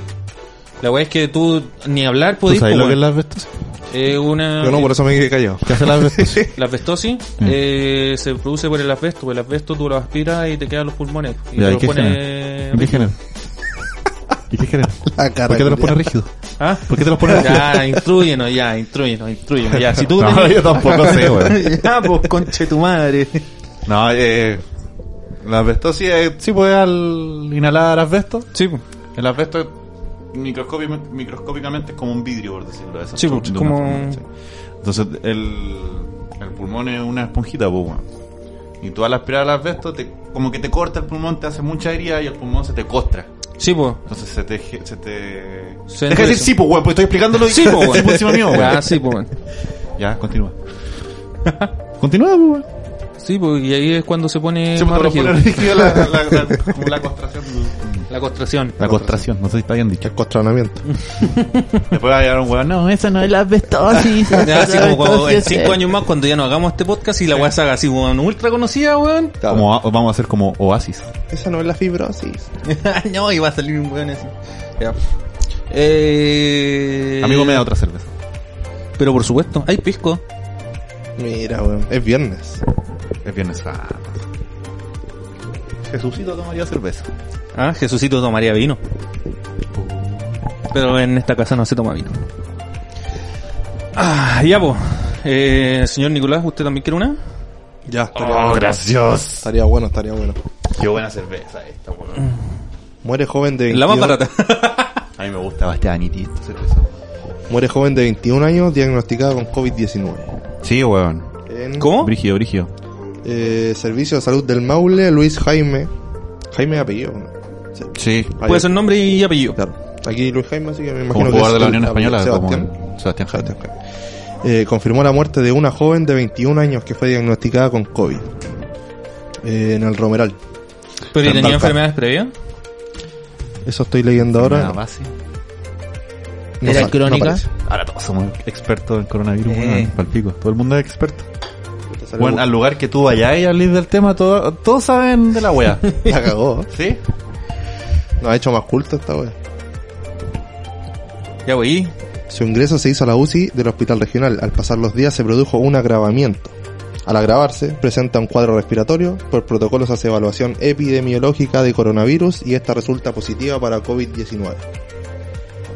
La wea es que tú ni hablar ¿Tú podís. sabes po, Pues lo que weón. es la asbestosis? Eh, una, Yo no, por eso me quedé callado. ¿Qué hace la asbestosis? La asbestosis Mm. eh, se produce por el asbesto. por El asbesto tú lo aspiras y te quedan los pulmones. Y Ya, te ¿y los qué pone. ¿Y qué genera? ¿Y qué genera? La cara ¿Por qué te los culiao. pones rígidos? ¿Ah? ¿Por qué te los pones rígidos? Ya, instruyenos, ya, instruyenos, instruyenos. Ya, si tú. No, tenés- yo tampoco sé, weón. ya, pues, conche tu madre. No, eh... La asbestosis, eh, sí, pues al inhalar asbesto. Sí, pues. El asbesto microscópi- microscópicamente es como un vidrio, por decirlo de esa Sí, pues, forma. como- Sí. Entonces, el, el pulmón es una esponjita, pues, weón. Y tú al aspirar al asbesto, te, como que te corta el pulmón, te hace mucha herida y el pulmón se te costra. Sí, pues. Entonces se te... ge- Se te... Se Deja de decir endurece. sí, pues, weón, porque estoy explicándolo y Sí, pues, weón. encima mío, weón. Ya, sí, pues. weón. Ya, continúa. continúa, pues. Sí, pues, y ahí es cuando se pone Se me más rígido. rígido. rígido la, la, la- como la contracción. La contracción. La contracción, no sé si está bien dicho. El constranamiento. Después va a llegar un weón, no, esa no es la asbestosis. Ya, así como cuando en Entonces, cinco años más, cuando ya no hagamos este podcast y la weá se haga así, weón, ultra conocida, weón. Como, o- vamos a hacer como oasis. Esa no es la fibrosis. no, y va a salir un weón así. Ya. Eh... Amigo, me da otra cerveza. Pero por supuesto, hay pisco. Mira, weón. Es viernes. Es viernes santo. Jesucito tomaría cerveza. Ah, Jesucito tomaría vino. Pero en esta casa no se toma vino. Ah, ya, po. Eh, señor Nicolás, ¿usted también quiere una? Ya, estaría, Oh, bueno. gracias. estaría bueno, estaría bueno. Qué buena cerveza esta, weón. Muere joven de 21, La más barata. A mí me gusta bastante esta cerveza. Muere joven de 21 años diagnosticada con COVID-19. Sí, weón. En- ¿Cómo? Brígido, brígido. Eh, Servicio de Salud del Maule, Luis Jaime. Jaime de apellido. ¿no? Sí. Sí. Puede ser nombre y apellido. Claro. Aquí Luis Jaime, así que me imagino Como que jugador es de la el- Unión Española, Sebastián. como Sebastián Jaime. Sebastián Jaime. Eh, confirmó la muerte de una joven de 21 años que fue diagnosticada con COVID. Eh, en el Romeral. ¿Pero ¿y tenía Tandalca. enfermedades previas? Eso estoy leyendo ahora. Una base. No ¿Era sale, crónica? no aparece. Ahora todos somos expertos en coronavirus, Eh. weón. Palpico. Todo el mundo es experto. Te sale Bueno, bu- al lugar que tú vayas y hables del tema, todo- todos saben de la wea. La cagó. ¿Sí? Nos ha hecho más culto esta wea. Ya, voy. Su ingreso se hizo a la UCI del hospital regional. Al pasar los días se produjo un agravamiento. Al agravarse, presenta un cuadro respiratorio. Por protocolo se hace evaluación epidemiológica de coronavirus y esta resulta positiva para COVID-19.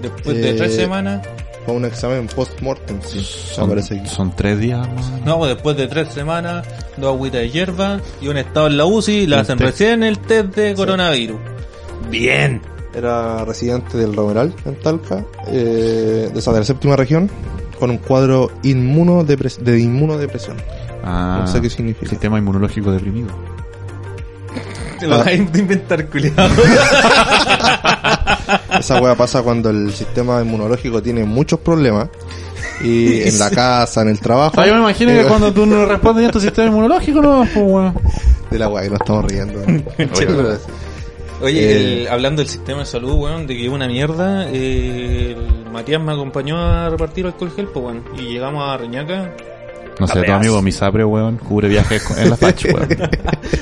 Después de Eh, tres semanas. Con un examen post-mortem, sí. me Son, parece que- son tres días, man. No, pues después de tres semanas, dos agüitas de hierba y un estado en la UCI, la Un hacen test. recién el test de coronavirus. Bien. Era residente del Romeral, en Talca, eh, de, o sea, de la séptima región, con un cuadro inmunodepres- de inmunodepresión. Ah, No sé qué significa. Sistema inmunológico deprimido. Te lo Ah. vas a inventar, culiado. Esa weá pasa cuando el sistema inmunológico tiene muchos problemas. Y en la casa, en el trabajo. Ah, yo me imagino que Eh, cuando tú no respondes a Pues, tu sistema inmunológico, no, pues, weón. De la weá que nos estamos riendo. Oye, Eh, el- hablando del sistema de salud, weón, de que es una mierda, eh, el Matías me acompañó a repartir alcohol gel, pues, weón, y llegamos a Reñaca, No sé, tu amigo Misabre, weón, cubre viajes con- en la facha, weón.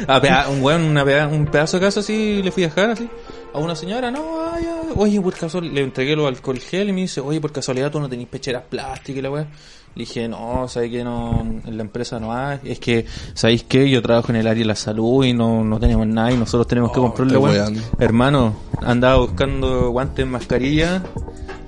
a peda- un weón, una peda- un pedazo de casa así, y le fui a dejar así, a una señora, no, ay, ay, oye, por casualidad, le entregué los alcohol gel y me dice, oye, por casualidad tú no tenés pecheras plásticas y la weá. Le dije, no, sabes que no, en la empresa no hay, es que, ¿sabéis qué? Yo trabajo en el área de la salud y no, no tenemos nada y nosotros tenemos que comprarle, Oh, estoy weón. weando. Hermano, andaba buscando guantes, mascarilla,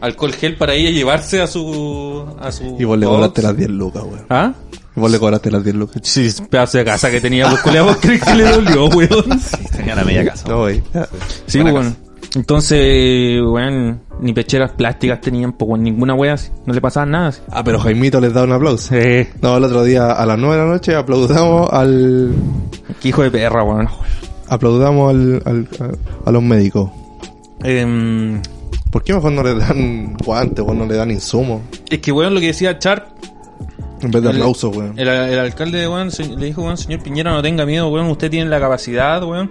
alcohol gel para ella llevarse a su. A su Y vos le box. cobraste las 10 lucas, weón. ¿Ah? Y Vos le cobraste las 10 lucas. Sí, pedazo de casa que tenía, pues culiao, ¿vos crees que le dolió, weón? Tenía la media casa. No, wey. Sí, Buena weón. Entonces, weón, ni pecheras plásticas tenían, pues, weón, ninguna wea, así, no le pasaba nada. así. Ah, pero Jaimito les da un aplauso. Sí. No, el otro día a las 9 de la noche aplaudamos al. Qué hijo de perra, weón. Aplaudamos al, al- a, a los médicos. Em, ¿Por qué mejor no le dan guantes, weón? No le dan insumos. es que, weón, lo que decía Char, En vez de El- aplausos, weón. El, el alcalde, weón, se- le dijo, weón, señor Piñera, no tenga miedo, weón, usted tiene la capacidad, weón,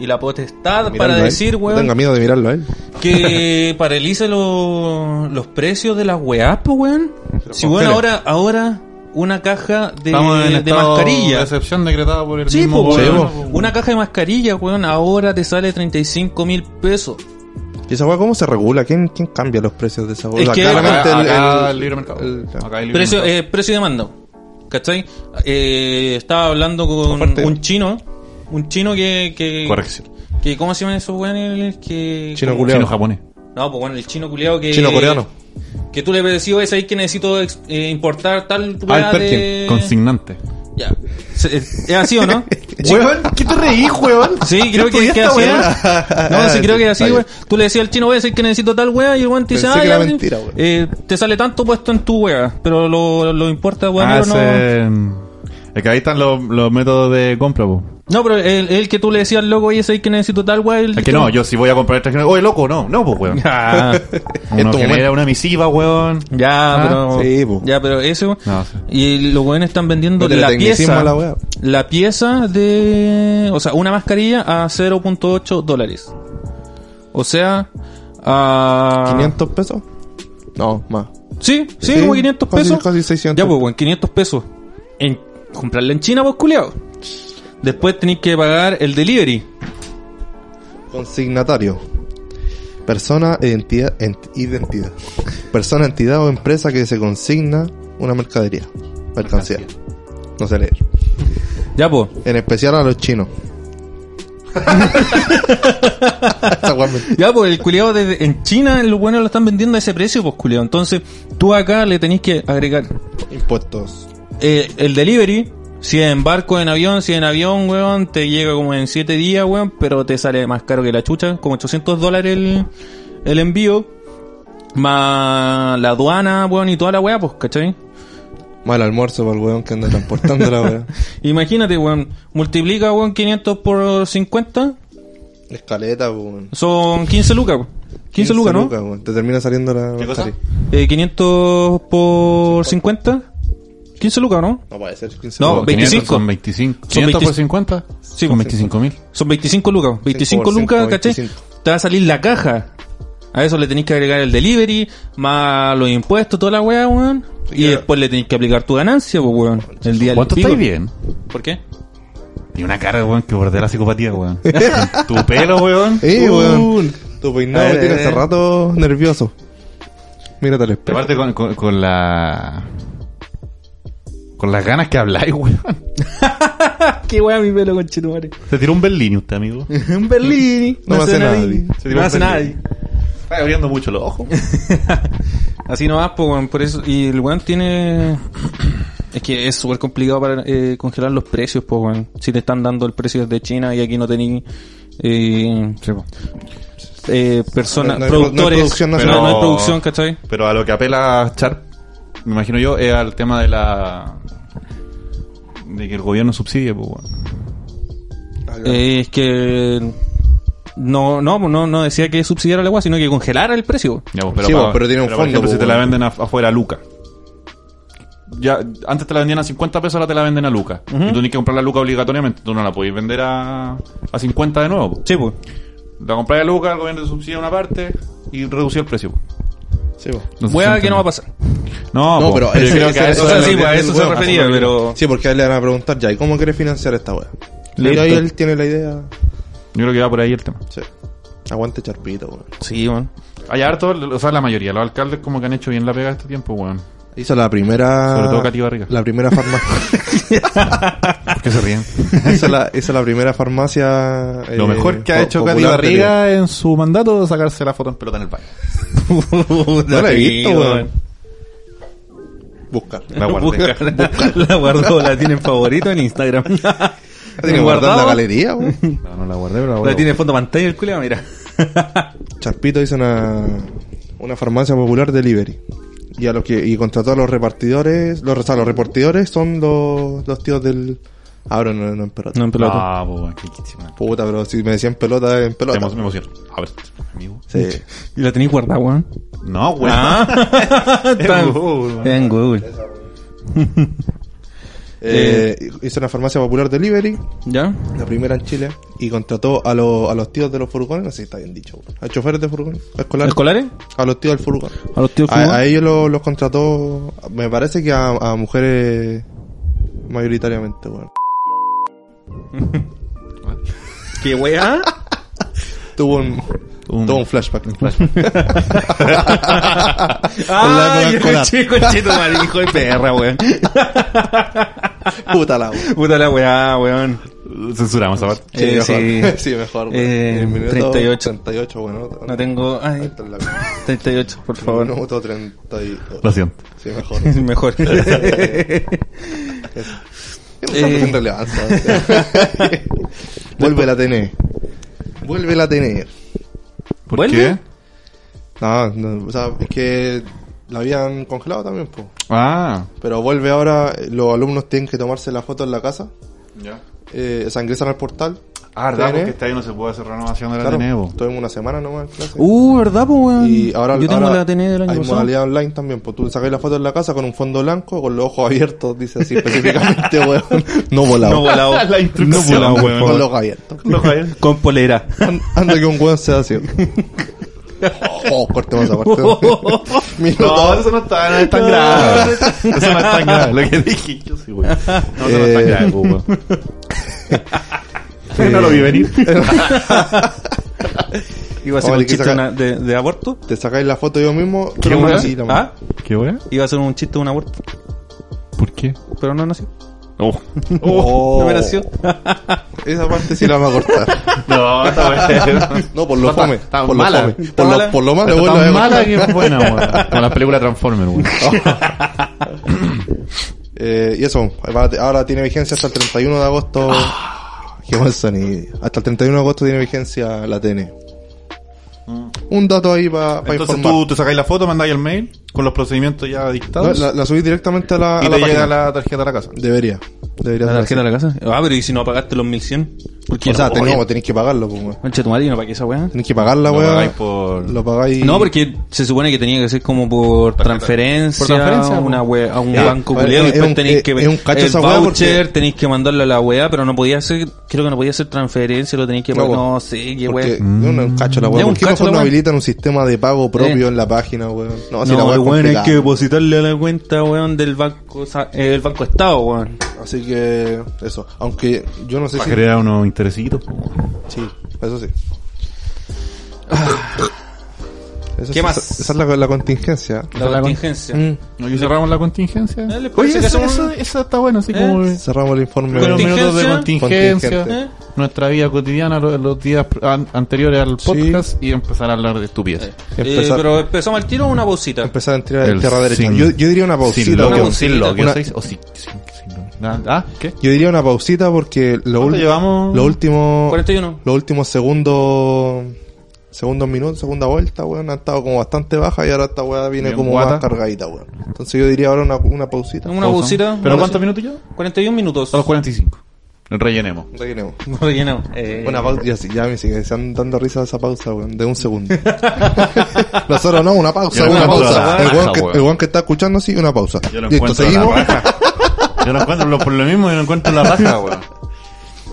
y la potestad Mirarlo a para él. decir, No tenga weón, miedo de mirarlo a él. que paralice lo- los precios de las weas, pues, weón. Si, con weón, tele. ahora, ahora, una caja de, Estamos en de estado de mascarilla. excepción decretada por el Sí, mismo pues, gobierno, weón. pues, weón. Una caja de mascarilla, weón, ahora te sale 35 mil pesos. ¿Y esa weá cómo se regula? ¿Quién, quién cambia los precios de esa weá? Es que- claramente acá, el- acá el- libre mercado. el- Acá hay libre Precio, mercado. eh, precio y demanda. ¿Cachai? Eh, estaba hablando con Oferta. un chino. Un chino que. que Corrección. que ¿Cómo se llaman esos weones? Que, Chino como- culiao. Chino japonés. No, pues bueno, el chino culiao que. Chino coreano. Que tú le decís, oye, ahí que necesito ex- eh, importar tal Ah, weá el Perkin, consignante. Ya. Se- eh, ¿Es así o no? Weón, ¿qué te reí, weón? Sí, creo que, que así. weá? No, sí, creo que Está así, bien. weón. Tú le decías al chino, weón, sé que necesito tal weá, y el weón te dice, Pensé ah, que era ya, sí. mentira, weón. eh, te sale tanto puesto en tu weá, pero lo, lo importa, weón, Ah, pero no. ese- Es que ahí están los, los métodos de compra, po. No, pero el, el que tú le decías, loco, oye, ¿sabes que necesito tal, weón? Es que no, yo si voy a comprar el traje, oye, loco, no, no, pues, weón. Ah. Ya, Uno tu genera momento. una misiva, weón. ya, Ah, pero. sí, po. Ya, pero eso. No, sí. Y los weones están vendiendo Métele la tecnicismo pieza. a la wea. la pieza de. O sea, una mascarilla a 0.8 dólares. O sea, a. 500 pesos. No, más. Sí, sí, Sí, como 500 casi- pesos. casi 600. Ya, pues, weón, 500 pesos. En comprarla en China, pues, culiao. Después tenéis que pagar el delivery. Consignatario. Persona, identidad, ent- identidad. Persona, entidad o empresa que se consigna una mercadería. Mercancía. No sé leer. Ya, pues. En especial a los chinos. Esa weá me- Ya, pues el culiado desde, en China los buenos lo están vendiendo a ese precio, pues culiado. Entonces, tú acá le tenés que agregar Impuestos. eh, el delivery. Si en barco, en avión, si en avión, weón, te llega como en 7 días, weón, pero te sale más caro que la chucha, como 800 dólares el, el envío, más la aduana, weón, y toda la weá, pues, ¿cachai? Mal almuerzo para el weón que anda transportando la weá. Imagínate, weón, multiplica, weón, 500 por 50, Escaleta, weón. son 15 lucas, weón. 15, lucas, ¿no? weón. Te termina saliendo la. ¿Qué cosa? mercadería. Eh, 500 por 50. 15 lucas, ¿no? No puede ser 15 No, lucas. 25. Son 25. 500 por 25. 50. Sí, Son pues. 25 mil. Son 25 lucas. 25 por lucas, cinco, ¿cachai? 25. Te va a salir la caja. A eso le tenéis que agregar el delivery, más los impuestos, toda la weá, weón. Sí, y claro. después le tenéis que aplicar tu ganancia, pues, weón. El día del ¿Cuánto pico. estáis bien? ¿Por qué? Tiene una cara, weón, que bordea la psicopatía, weón. tu pelo, weón. ¡Eh, Uh, weón! Tu peinado A ver, me tiene a ver. hace rato nervioso. Mírate al espejo. Aparte con, con, con la... Con las ganas que habláis, weón. Qué weá mi pelo con chitumare. Se tiró un berlín usted, amigo. Un Berlini. No me hace nadie. Se tiró No un hace Berlini. nadie. Está abriendo mucho los ojos. Así no vas, pues, weón. Por eso. Y el weón tiene. Es que es súper complicado para eh, congelar los precios, pues, weón. Si te están dando el precio desde China y aquí no tenéis. Eh, eh, personas, No hay- no hay productores. producción pero nacional. no hay producción, ¿cachai? Pero a lo que apela Char, me imagino yo, es al tema de la... De que el gobierno subsidie, pues, weón. Ah, Eh, es que. No, no, no, no decía que subsidiara la agua, sino que congelara el precio. Ya, pues, Sí, pa- pues, pero tiene un Por fondo, ejemplo, pues, si te la bueno. venden af- afuera a Luca. Ya, antes te la vendían a 50 pesos, ahora te la venden a Luca. Y tú tienes que comprar la Luca obligatoriamente. Tú no la podés vender a, a 50 de nuevo. po. Sí, pues. La compras a Luca, el gobierno te subsidia una parte y reducía el precio. po. Sí, po. No sé Wea si que no va a entiende. pasar. No, No, po, pero yo ese- creo que ese- a O eso sea, es sí, lo que- pues, a eso se Bueno, refería, eso es lo pero. Sí, porque a él le van a preguntar ya, ¿y cómo quiere financiar esta weá? Listo. Pero ahí él tiene la idea. Yo creo que va por ahí el tema. Sí. Aguante charpito, weón. Sí, weón. Hay harto, o sea, la mayoría, los alcaldes como que han hecho bien la pega este tiempo, weón. Hizo la primera. Sobre todo Cati Barriga. La primera farmacia. ¿Por qué se ríen? hizo, la, hizo la primera farmacia. Lo eh, mejor que ha po- hecho popular Cati de Barriga en su mandato es sacarse la foto en pelota en el baño. No la he visto, weón. Chile. Buscar. La guardé. La guardó, la tiene en favorito en Instagram. la La tiene guardada en la galería, weón. No, no la guardé, pero la guardé. La tiene en fondo pantalla el culiao, mira. Charpito hizo una, una farmacia popular delivery. Y a los que y contrató a los repartidores, los, o sea, los repartidores son los, los tíos del. Ahora no, no en pelota. No en pelota. Ah, pues, qué quichima. Puta, pero si me decían pelota, en pelota. Te emo- Me emociono. A ver, amigo. Sí. Y la tenéis guardada, weón. No, güey. Ah, está en Google, Google. En Google. Eh, hizo una farmacia popular delivery, ¿Ya? la primera en Chile, y contrató a, los a los tíos de los furgones, así está bien dicho, bueno, a choferes de furgones, a escolares, ¿Escolares? a los tíos del furgón. A los tíos A, a fumón. ellos lo- los contrató, me parece que a, a mujeres mayoritariamente, bueno. ¿Qué weá? Tuvo un, Un- tuvo un flashback. Ah, época yo escolar. chico, chito, madre, hijo de perra, weón. Puta la wea. Puta la weá, weón. Censuramos, a ver. Eh, mejor. sí. sí, mejor. bueno. Eh, El minuto 38. 38, bueno. No tengo. Ahí Ay, está la wea. 38, por El favor. Minuto 32. Lo siento. Sí, mejor. Mejor. Eh. Sin relevancia. Vuelve a tener. E. Vuelve a tener. ¿Por ¿Vuelve? qué? E. No, no, o sea, es que la habían congelado también, po. Ah. eh, Pero vuelve ahora, los alumnos tienen que tomarse la foto en la casa Ya. eh, se ingresan al portal. Ah, ¿verdad? TN. Porque este año no se puede hacer renovación de la Claro, TNE, po. tuvimos una semana nomás en clase. Uh, ¿verdad, po, weón? Y ahora, Yo tengo ahora la TNE del año hay pasado. modalidad online también. Pues tú sacáis la foto en la casa con un fondo blanco, con los ojos abiertos, dice así específicamente, weón. No volado. No volado. La instrucción, No volado, weón. con los ojos abiertos. No, Javier. Con polera. An- Anda que un weón sea así. Oh, cortemos esa parte. Minuto. No, eso no está, no es tan grave. Eso no es tan grave. Lo que dije, yo sí, güey. No, eso no es Eh, tan grave, po, pues, weón. No lo vi venir. Iba a Oye, ser un que chiste saca- una- de, de aborto. Te sacáis la foto yo mismo. ¿Qué la weón? así, la ¿Ah? ¿Qué weón? Iba a ser un chiste de un aborto. ¿Por qué? Pero no nació. Uh, Oh. No me nació. Esa parte sí la vamos a cortar. No, está bueno. No, por lo Está- fome. está por mala. lo fome. Está Por mala. lo, por lo malo, Está weón, la tan voy a mala cortar. que es buena, weón. Como las películas Transformers, weón. Eh, y eso, ahora- ahora tiene vigencia hasta el 31 de agosto. Ah. Qué buen sonido. Hasta el 31 de agosto tiene vigencia la TN. Un dato ahí para Mm. Entonces informar. tú te sacáis la foto, mandáis el mail con los procedimientos ya No, dictados la, la subí directamente a la, a y la te llega página. la tarjeta a la casa. Debería. Debería ¿La ser tarjeta de la casa? Ah, pero ¿y si no pagaste los 1100? Porque, así. O sea, tenés, no, tenés que pagarlo, pues, weón. Concha tu madre, yo no pagué esa weá. Tenés que pagar la Lo weá. pagáis por- Lo pagáis. No, porque se supone que tenía que ser como por transferencia, Por transferencia, a, una po. wea- a un Ya, banco vale, culiado y es después un- tenéis es- que es un cacho el esa wea voucher, porque- tenéis que mandarle a la weá, pero no podía ser, creo que no podía ser transferencia, lo tenéis que No, no, po. no sé qué Porque weá. yo no cacho la Ya, weá. un ¿Por qué cacho la mejor no weá. habilitan un sistema de pago propio Eh. en la página, weón? No, si la No, weá el es weón hay que complicada. depositarle a la cuenta, weón, del banco, sa- eh, el banco Estado, weón. Así que, eso. Aunque yo no sé Para si. crear unos interesitos. po. Sí, eso sí. Eso ¿Qué sí, más? Esa, esa es la, la contingencia. La contingencia. Mm. ¿No que cerramos la contingencia? Eh, ¿les parece que eso, hacemos un- eso- eso está bueno, así ¿Eh? como... Cerramos el informe. Con los minutos de Contingencia. contingencia, ¿Eh? nuestra vida cotidiana, lo- los, días pr- an- anteriores al podcast y empezar a hablar de estupidez. Eh, Empezar- pero empezamos al tiro una pausita. Empezar a entrar en El tierra derecha. sin- yo, yo diría una Sin pausita. una lo porque- que, pausita. sin lo que Una- seis- o sí, sin, sin lo- nada. Ah, ¿qué? yo diría una pausita porque lo, ¿Cuánto ul- llevamos? lo último. 41. Los últimos segundos. Segundos minutos, segunda vuelta, weón. Ha estado como bastante baja y ahora esta weá viene Bien como guata. más cargadita, weón. Entonces yo diría ahora una, una pausita. Una Pausa. pausita. ¿Pero una cuántos pausita. minutos ya? 41 minutos. A los 45. Rellenemos. Rellenemos. Rellenado. Eh, Una pausa, ya, sí, ya me sigue, se han dando risa esa pausa, weón, de un segundo. Nosotros no, una pausa, Yo una, la encuentro pausa. la el, raja, weón que, weón. el weón que está escuchando, sí, una pausa. Yo lo Listo, encuentro seguimos. la raja. Yo lo encuentro, lo- por lo mismo, yo lo encuentro la raja, weón.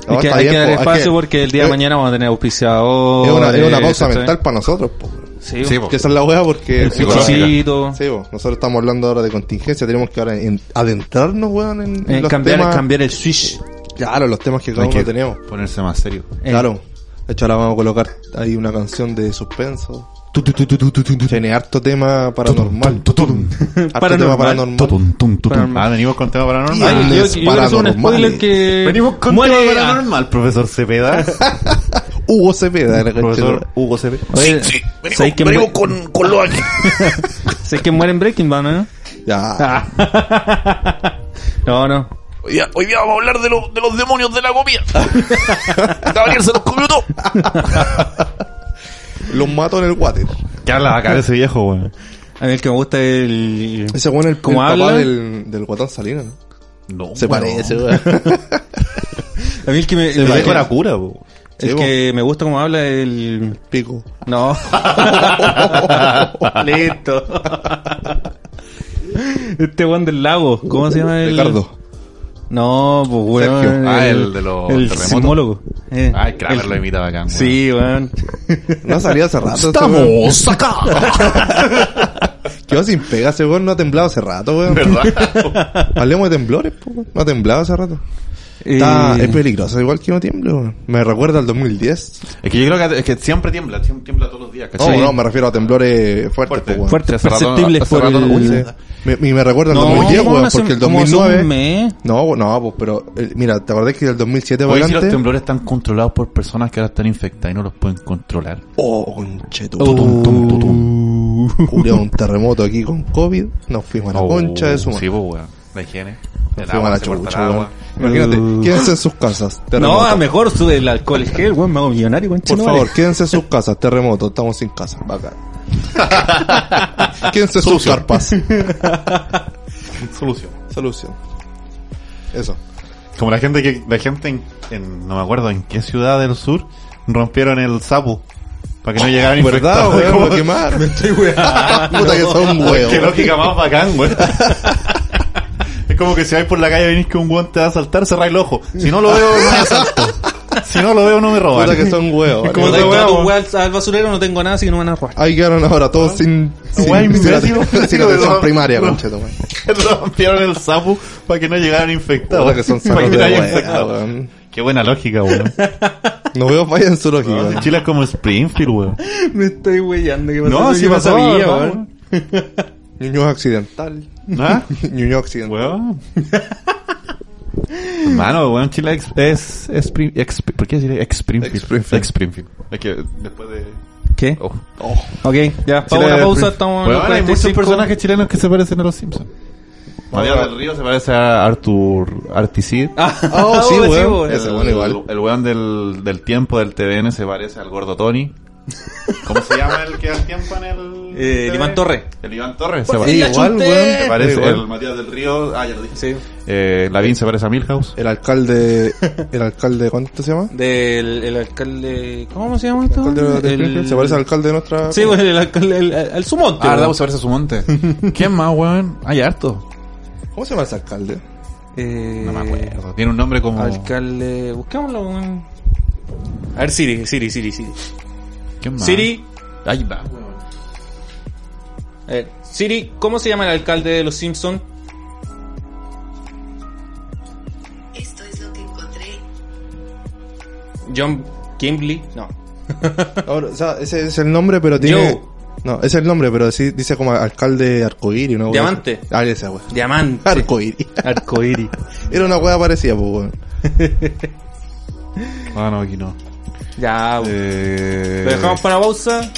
No, es que está hay bien, que dar po, es espacio que- porque el día de es- mañana vamos a tener auspiciador. Es una, es una pausa mental para nosotros, po. Sí, Sí, sí po. Que esa es la weá porque... el puta, psicológico. psicologito. sí, po, nosotros estamos hablando ahora de contingencia, tenemos que ahora en- adentrarnos, weón, en, en Eh, los cambiar, temas... cambiar el switch. Claro, los temas que cada Hay uno que tenemos. ponerse más serio. Eh. Claro. De hecho, ahora vamos a colocar ahí una canción de suspenso. Tu, tu, tu, tu, tu, tu, tu, tu. Tiene harto tema paranormal. Tu, tu, tu, Harto Paranormal. tema paranormal. tu, tu, tu, tu. Paranormal. Ah, venimos con tema paranormal. Ay, yo, Viernes yo quiero hacer un spoiler paranormales. que. Venimos con muere tema a- paranormal, profesor Cepeda. Hugo Cepeda, era profesor Hugo Cepeda. Oye, ¿sabes que muere- con, con lo aquí. ¿sabes que muere en Breaking Bad, no? Ya. Ah. No, no. Hoy día, hoy día vamos a hablar de, los de los demonios de la comida. Gabriel se los comió todo. Los mato en el water. ¿Qué habla acá de ese viejo, weón? A mí el que me gusta es el. Ese weón es el, ¿Cómo el habla? papá del, del guatón Salinas. ¿no? No, Se weón. parece, weón. A mí el que me. El el viejo que- era cura, weón. el Sí, que me gusta como habla es el. Pico. No. Listo. Este Juan del lago, ¿cómo se llama el? Ricardo. No, pues weón. Sergio. Ah, el de los El terremotos. sismólogo. Eh, Ay, Kramer el- lo imitaba acá. weón. Sí, weón. No salía hace rato. ese weón. Estamos acá. Quedó sin pega ese weón. No ha temblado hace rato, weón. Hablemos de temblores, po, weón. No ha temblado hace rato. Está, Eh, Es peligroso, igual que no tiemble, weón. Me recuerda al 2010. Es que yo creo que, es que siempre tiembla, siempre tiembla todos los días, No, ¿cachai? Oh, no, me refiero a temblores fuertes, Fuerte. po, weón. fuerte, hace rato no- perceptible hace por rato no- el... Sí. Me, me, me recuerda al No, 2010, como weón, hace- porque el como hace un 2009... mes. No, no, pues, pero... eh, mira, ¿te acordás que del 2007 para Hoy si los adelante? temblores están controlados por personas que ahora están infectadas y no los pueden controlar. Oh, conchetu. Oh. Tutum, tum, tutum. Culiao, un terremoto aquí con COVID. Nos fuimos a la Oh, concha de su madre. Sí, pues, weón. La higiene. Nos fuimos El a agua, la se corta chucha, el weón. agua. Imagínate, Uh. quédense en sus casas. Terremoto. No, a mejor sube el alcohol gel, weón, me hago millonario, weón. Por chino, favor, vale. quédense en sus casas. Terremoto, estamos sin casa. Bacán. quédense en sus carpas. Solución. Solución. Eso. Como la gente que la gente en, en- no me acuerdo en qué ciudad del sur rompieron el sapo para que no llegaran ¿Verdad, infectados. weón? Como- Para quemar. Puta que son huevos. Qué lógica más bacán, güey. es como que si vais por la calle y venís que un guante te va a saltar, cerrá el ojo. Si no lo veo, no me asalto. Si no lo veo, no me roban. Puta que son huevos. Es Como Como te de toda tu huevo. weá al al basurero, no tengo nada, así que no van a robar. Ahí quedaron ahora todos sin, sin, Weón, sin, imbécil, aten- weón. sin atención No. primaria, No. concheto, weón. rompieron el sapo para que no llegaran infectados. Puta que son para que sanos no de haya hueá, infectados. weón. Qué buena lógica, weón. No veo falla en su lógica. weón. Chile es como Springfield, weón. Me estoy weyando, ¿qué No, Eso sí yo pasó, sabía, ¿verdad, weón. Ñuño accidental. ¿Ah? Ñuño accidental. Weón. Hermano, weón, Chile es. es, es Spring- ex- ¿Por qué decir ex Springfield? Ex Springfield. Ex Springfield. Es que después de. ¿Qué? Oh. Ok, ya, Chile para una es pausa, Springfield. estamos en Weón, los hay muchos 45. personajes chilenos que se parecen a los Simpsons. María del Río se parece a Arthur Articid. Ah, Oh, sí, ahora weón. weón. Ese weón igual. El, el weón del, del tiempo del TVN se parece al gordo Tony. ¿Cómo se llama el que da el tiempo en el. Eh, el TVN? Iván Torres. El Iván Torres se Sí, parece. igual, chunté. weón. Se parece Igual. el Matías del Río. Ah, ya lo dije. Sí. Eh, Lavín se parece a Milhouse. El alcalde. El alcalde, ¿cuánto se llama? Del el alcalde. ¿Cómo se llama esto? El alcalde de Springfield. Se parece al alcalde de nuestra. Sí, weón, el alcalde. El, el, el Sumonte. Ah, weón. Ardau se parece a su monte. ¿Quién más, weón? Hay harto. ¿Cómo se llama ese alcalde? Eh, No me acuerdo. Tiene un nombre como. Alcalde. Busquémoslo, weón. A ver, Siri, Siri, Siri, Siri. ¿Quién más? Siri. Ahí va, weón. a ver, Eh, Siri, ¿cómo se llama el alcalde de los Simpsons? Esto es lo que encontré. John Kimbley. No. Ahora, o sea, ese es el nombre, pero tiene. Joe. No, es el nombre, pero sí dice como alcalde arcoíris, una wea Diamante. así. Ah, esa wea. Diamante. Arcoíris. Arcoiri. Era una wea parecida, pues, weón. Ah, no, aquí no. Ya, weón. Eh, mm, ah. Lo dejamos para pausa.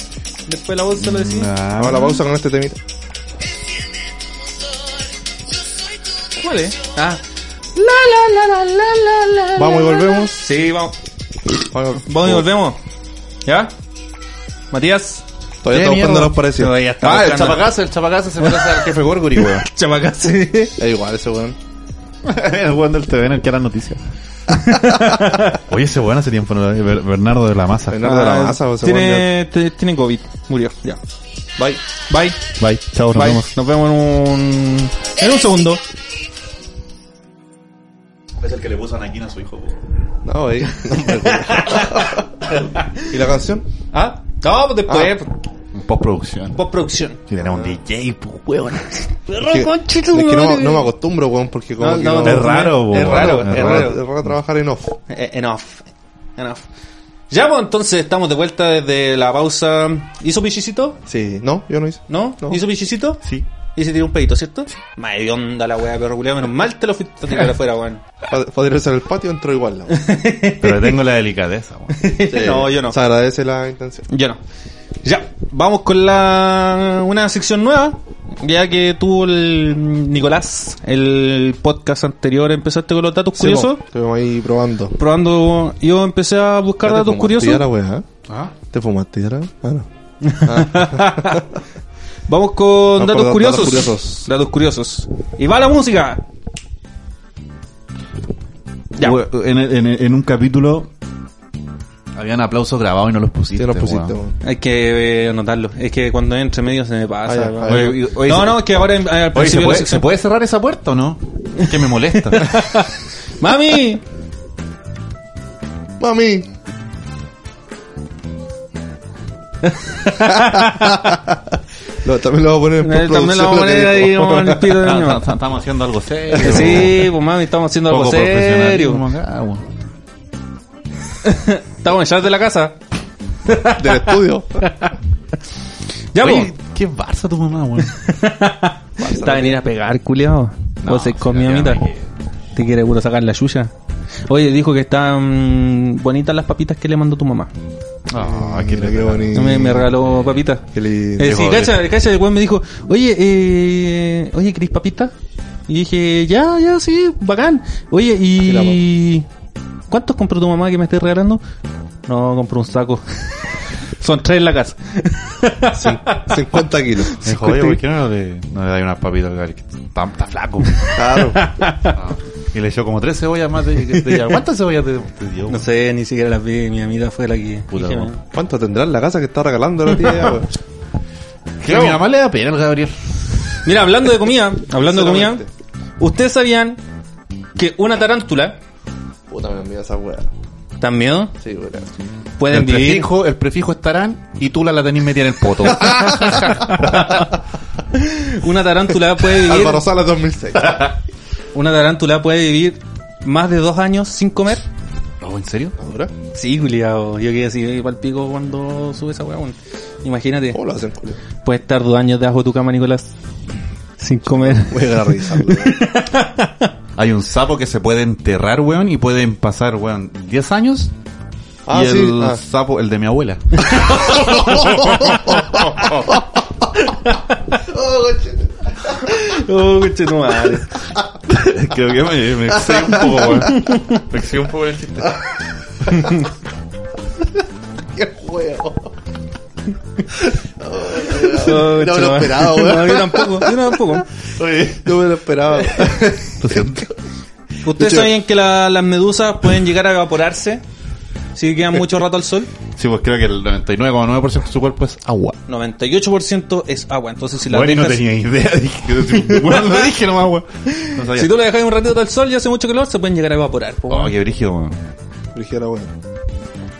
Después de la pausa lo decimos. nah, Vamos a la pausa con este temita. ¿Cuál es? Ah, Vamos y volvemos. sí, vamos. Vamos, oh. Vamos y volvemos. ¿Ya? Matías. Todavía ¿Qué estamos buscando mierda? los parecidos. Todavía está Ah, el buscando. chapacase, el chapacase se parece al jefe Gorgory, weón. Chamacase. Es igual ese weón. el weón del TVN, el que era noticia. Oye, ese weón hace tiempo, ¿no? Ber- Bernardo de la Maza. Bernardo de la masa, o ese weón. Ah, Tiene, te- tiene COVID. Murió. Ya. Bye. Bye. Bye, chao, nos Bye. vemos. Nos vemos en un... En un segundo. Es el que le puso Anakin a su hijo, ya- No, wey. No, hombre, weón. ¿Y la canción? ¿Ah? No, pues después. Ah. Postproducción. Postproducción. Si tenemos un DJ, pues, weón. Es que, es que no, no me acostumbro, weón, porque como No, que no, no- no. Es raro, weón. Es raro, es es raro. raro- es raro trabajar en off. Eh, Enough. Enough. Ya, pues entonces estamos de vuelta desde la pausa. ¿Hizo pichicito? Sí, no, yo no hice. ¿No? No. ¿Hizo pichicito? Sí. Y se tiró un pedito, ¿cierto? Madre de onda la weá, perro culiao. Menos mal te lo fuiste a tirar afuera, weón. Pa- Podría ser el patio, entró igual. la weón. Pero tengo la delicadeza, weón. no, yo no. Se agradece la intención. Yo no. Ya, vamos con la una sección nueva. Ya que tuvo el Nicolás, el podcast anterior, empezaste con los datos Sí, curiosos. po, Estuvimos ahí probando. Probando, yo empecé a buscar Ya te datos fumaste curiosos. ya la weá, ¿eh? ¿Te fumaste ya la- Ah, no. Vamos Vamos con datos, con datos curiosos. curiosos. Datos curiosos. Y va la música. Ya. Weón, En, en, en un capítulo habían aplausos grabados y no los pusiste. Sí, lo pusiste, weón. weón. Hay que eh, anotarlo. Es que cuando entre medio se me pasa. Ah, ya, weón. ah, ya. Oye, oye, no, se- no, es que ahora en- al Oye, ¿se principio de la puede, sección- ¿se puede cerrar esa puerta o no? Que me molesta. ¡Mami! ¡Mami! Lo- también lo voy a poner en Eh, También postproducción, la vamos a poner que ahí dijo. vamos al pito de Ah, niño. está- Estamos haciendo algo serio. Sí, pues mami, estamos haciendo algo Poco serio. profesionalismo acá, weón. Estamos en chat de la casa. Del estudio. Ya, Oye, pues. ¿Qué Barça tu mamá, weón? Está a venir a pegar, culiao. No, Vos se si comió no mitad. te van a Te quiere puro sacar la suya. Oye, dijo que están bonitas las papitas que le mandó tu mamá. Ah, Mira, qué bonito. Me, me regaló papitas. Qué lindo. Eh, sí, Dijo, cacha, cacha, el weón me dijo, oye, eh, oye, ¿querés papita? Y dije, ya, ya, sí, bacán. Oye, y... ¿Cuántos compró tu mamá que me esté regalando? No, compró un saco. Son tres en la casa. Cin- 50 kilos. Me dijo, oye, ¿por qué no le, no le dais unas papitas al Gary? Está, está flaco. Claro. Y le echó como tres cebollas más de, de llama. ¿Cuántas cebollas te, te dio? No sé, ni siquiera las vi. Mi amiga fue la que. Puta, dije, no. ¿Cuánto tendrá en la casa que está regalando la tía? weón? Que a mi mamá le da pena al Gabriel. Mira, hablando de comida, hablando de comida, Solamente. ¿ustedes sabían que una tarántula Puta, me envía esa weá. ¿Tan miedo? Sí, weón. Pueden El vivir. prefijo, el prefijo estarán y tú la, la tenés metida en el poto. Una tarántula puede vivir. Álvaro Sala 2006. Una tarántula puede vivir más de dos años sin comer. No, Oh, ¿En serio? ¿Ahora? Sí, culiao. Yo quedé así pal pico cuando sube esa weá. weón. Imagínate, ¿Cómo lo hacen, Julio? puedes estar dos años debajo de tu cama, Nicolás. Sin comer. Voy a ir a revisarlo. weón. Hay un sapo que se puede enterrar, weón, y pueden pasar, weón, 10 años. Ah, y sí. el Ah. sapo, el de mi abuela. Oh, coche tu madre. Creo que me, me excedí un poco, weón. Me excedí un poco el chiste. Oh, coche No me lo tu madre. esperaba, weón. No, yo tampoco, yo tampoco. Oye, No me lo esperaba. Lo siento. ¿Ustedes De hecho- sabían que la- las medusas pueden llegar a evaporarse si quedan mucho rato al sol? Sí, pues creo que el 99,9% de su cuerpo es agua. 98% es agua. Entonces, si la bueno, y no dejas- tenía idea. Dije, bueno, lo dije nomás, weón. No sabía. Si tú la dejas un ratito al sol y hace mucho calor, se pueden llegar a evaporar. po, Oh, weón. qué brígido, weón. Ligera, weón.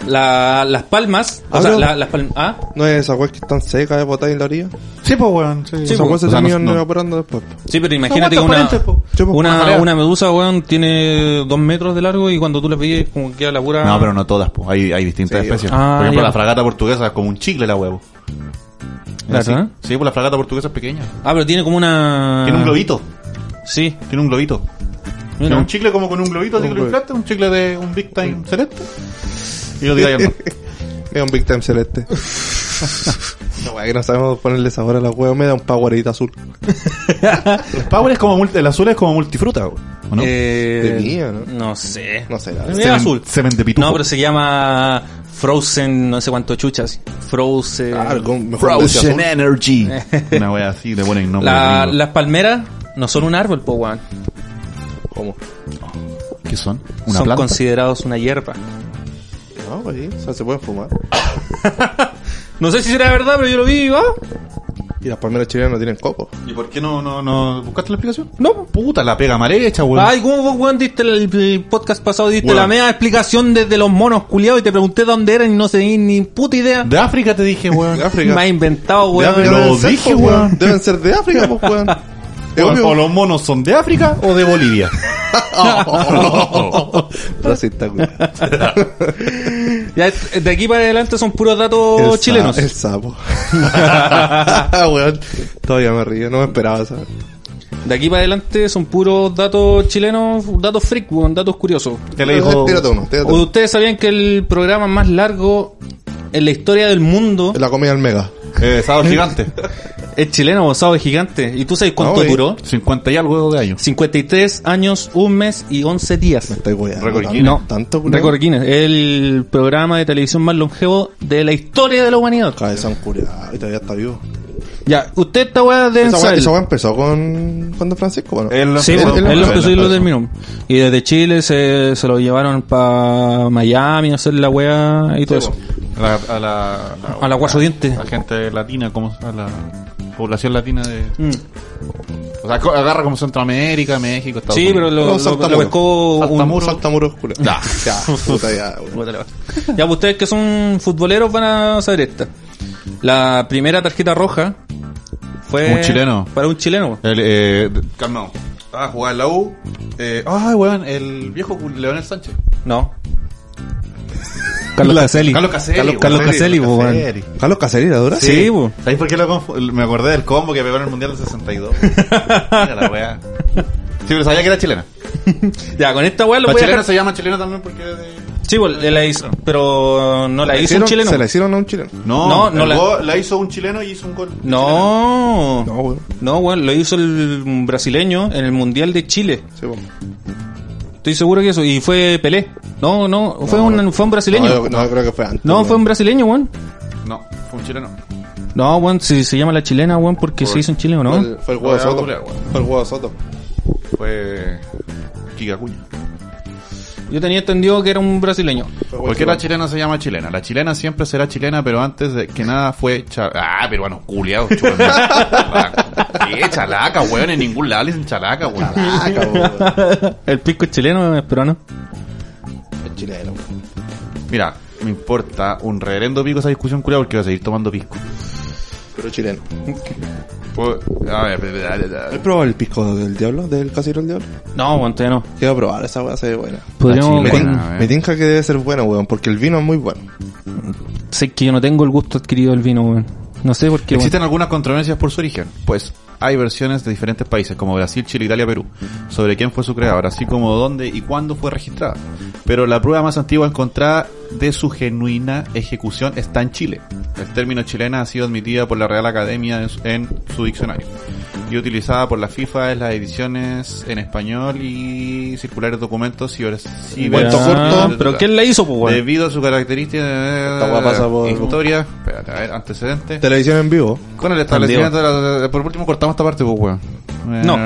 La- las palmas, o Ah, sea, no. la- las palmas. Ah, ¿No es esas weas que están secas de botar en la orilla? Sí, pues, weón. Sí, esas weas se O sea, no- terminan no- evaporando después. po. sí, pero imagínate que Son una, transparentes, po. Sí, po. una, Marea. una medusa, weón, tiene dos metros de largo y cuando tú la pillas, como que queda la pura. No, pero no todas, pues. Hay, hay distintas Sí, especies. ah, Por ejemplo, ya. la fragata portuguesa es como un chicle la huevo. Claro, Sí, ¿eh? sí, pues la fragata portuguesa es pequeña. Ah, pero tiene como una. Tiene un globito. Sí, Tiene un globito. mira. Tiene un chicle como con un globito, así que lo inflaste, un chicle de un Big Time celeste. Y lo tiras al mar. Es un Big Time celeste. No, weón, que no sabemos ponerle sabor a la weón. Me da un Powerade azul. El Power es como multi- el azul es como multifruta, ¿o no? Eh, De mía, ¿no? No sé. No sé, la Es verdad. Semen- azul. semen de pitufo. No, pero se llama Frozen, no sé cuánto chuchas. Frozen. Ah, algo mejor que ese azul. Energy. Una wea así, de buena nombre. La- gringo. las palmeras no son un árbol, po, weón. ¿Cómo? ¿Qué son? Una Son planta. considerados una hierba. No, weón. O sea, se pueden fumar. No sé si será verdad, pero yo lo vi, "Ah, ¿va? Y las palmeras chilenas no tienen coco. ¿Y por qué no, no, no buscaste la explicación? No. Puta, la pega mal hecha, weón. Ay, ¿cómo vos, weón, diste el, el podcast pasado, diste Weón. la media explicación desde los monos culiados y te pregunté dónde eran y no sé ni, ni puta idea? De África te dije, weón. De África. Me ha inventado, De weón. África Lo deben ser, dije, po, weón. Deben ser de África, pues, weón. Es O, obvio. o los monos son de África o de Bolivia. Racista, weón. Ya, de aquí para adelante son puros datos El chilenos. sa- el sapo. Weón, todavía me río, no me esperaba esa. De aquí para adelante son puros datos chilenos, datos freak, weón, datos curiosos. Te le dijo. Tírate uno, tírate uno. ¿Ustedes sabían que el programa más largo en la historia del mundo La comida al mega. Eh, sábado gigante. es chileno, Bosado es gigante? ¿Y tú sabes cuánto Ah, oye. duró? 50 y algo de años. 53 años, un mes y 11 días. Me estoy weando. Récord tan- Guinness. No, Tanto, culiao. Record Guinness, el programa de televisión más longevo de la historia de la humanidad. Cabezón culiao, y todavía está vivo. Ya, usted esta weá deben Esa weá- saber. esa weá empezó con, con Don Francisco, bueno. Él Sí, empezó- pues, él él lo empezó, empezó y él lo empezó. terminó. Y desde Chile se, se lo llevaron para Miami a hacer la weá y todo eso. pues, A la, a la, A la ah, guaso diente. la gente latina, como a la población latina de. O sea, co- agarra como Centroamérica, México, Estados Sí, pero Unidos. lo, No, lo- salta lo muro. pescó un... Saltamuro. Saltamuro, culiao. Ya, puta, ya, weón. Ya, pues, ustedes que son futboleros van a saber esta. La primera tarjeta roja fue... Un chileno. Para un chileno. El, eh, de- calmado. Ah, jugaba en la U. Eh, ay, weón, el viejo cul- Leonel Sánchez. No. Carlos Caselli. Carlos Caselli. Carlos, weón. Carlos Caselli, po, weón. Carlos Caselli, ¿la dura? Sí, po. ¿Sabéis por qué lo confu- me acordé del combo que pegó en el Mundial del 62? Mira la weá. Sí, pero sabía que era chilena. Ya, con esta weá lo La voy a chilena dejar... se llama chilena también porque... es de- Sí, po, la hizo, pero no la hizo un Hicieron- chileno. Se la hicieron a un chileno. No, no el la- gol la hizo un chileno y hizo un gol. No. No, weón. No, weón, lo hizo el brasileño en el Mundial de Chile. Sí, weón. Estoy seguro que eso. Y fue Pelé. No, no, fue, No, un, no. fue un brasileño. No, No, yo- no, yo creo que fue antes. weón. fue un brasileño, weón. No, fue un chileno. No, weón, si se llama la chilena, weón, porque se hizo en Chile o no. Fue el- Fue el huevo Voy a Soto. googlear, weón. Fue el huevo Soto. Fue... Kika Cuña. Yo tenía entendido que era un brasileño. Porque la chilena se llama chilena. La chilena siempre será chilena, pero antes de que nada fue cha- Ah, peruanos culiados, chupen. ¿Qué? Chalaca, weón. En ningún lado le dicen chalaca, weón. Ah, cabrón. El pisco es chileno, es peruano. Es chileno. Mira, me importa un reverendo pico esa discusión culiada porque voy a seguir tomando pisco. Pero chileno. Pues, a ver, a ver, a ¿Has ver. probado el pisco del diablo? ¿Del casero del diablo? No, bueno, todavía no. Quiero probar, esa weá se ve buena. Podríamos. chilena. con- a ver. Me tinca que debe ser buena, weón, porque el vino es muy bueno. Sé que yo no tengo el gusto adquirido del vino, weón. No sé por qué. weón. Existen algunas controversias por su origen, pues hay versiones de diferentes países como Brasil, Chile, Italia, Perú, sobre quién fue su creador, así como dónde y cuándo fue registrada. Pero la prueba más antigua encontrada de su genuina ejecución está en Chile. El término chilena ha sido admitida por la Real Academia en su- en su diccionario y utilizada por la FIFA en las ediciones en español y circulares documentos ciber, ciber- Cuento Ah, corto. Pero ¿quién la hizo, pues, weón? Debido a su característica weá pasa por- historia, espérate, a ver, antecedentes. Televisión en vivo. Con el establecimiento de la- de- de- Por último, cortamos esta parte, pues, weón. No.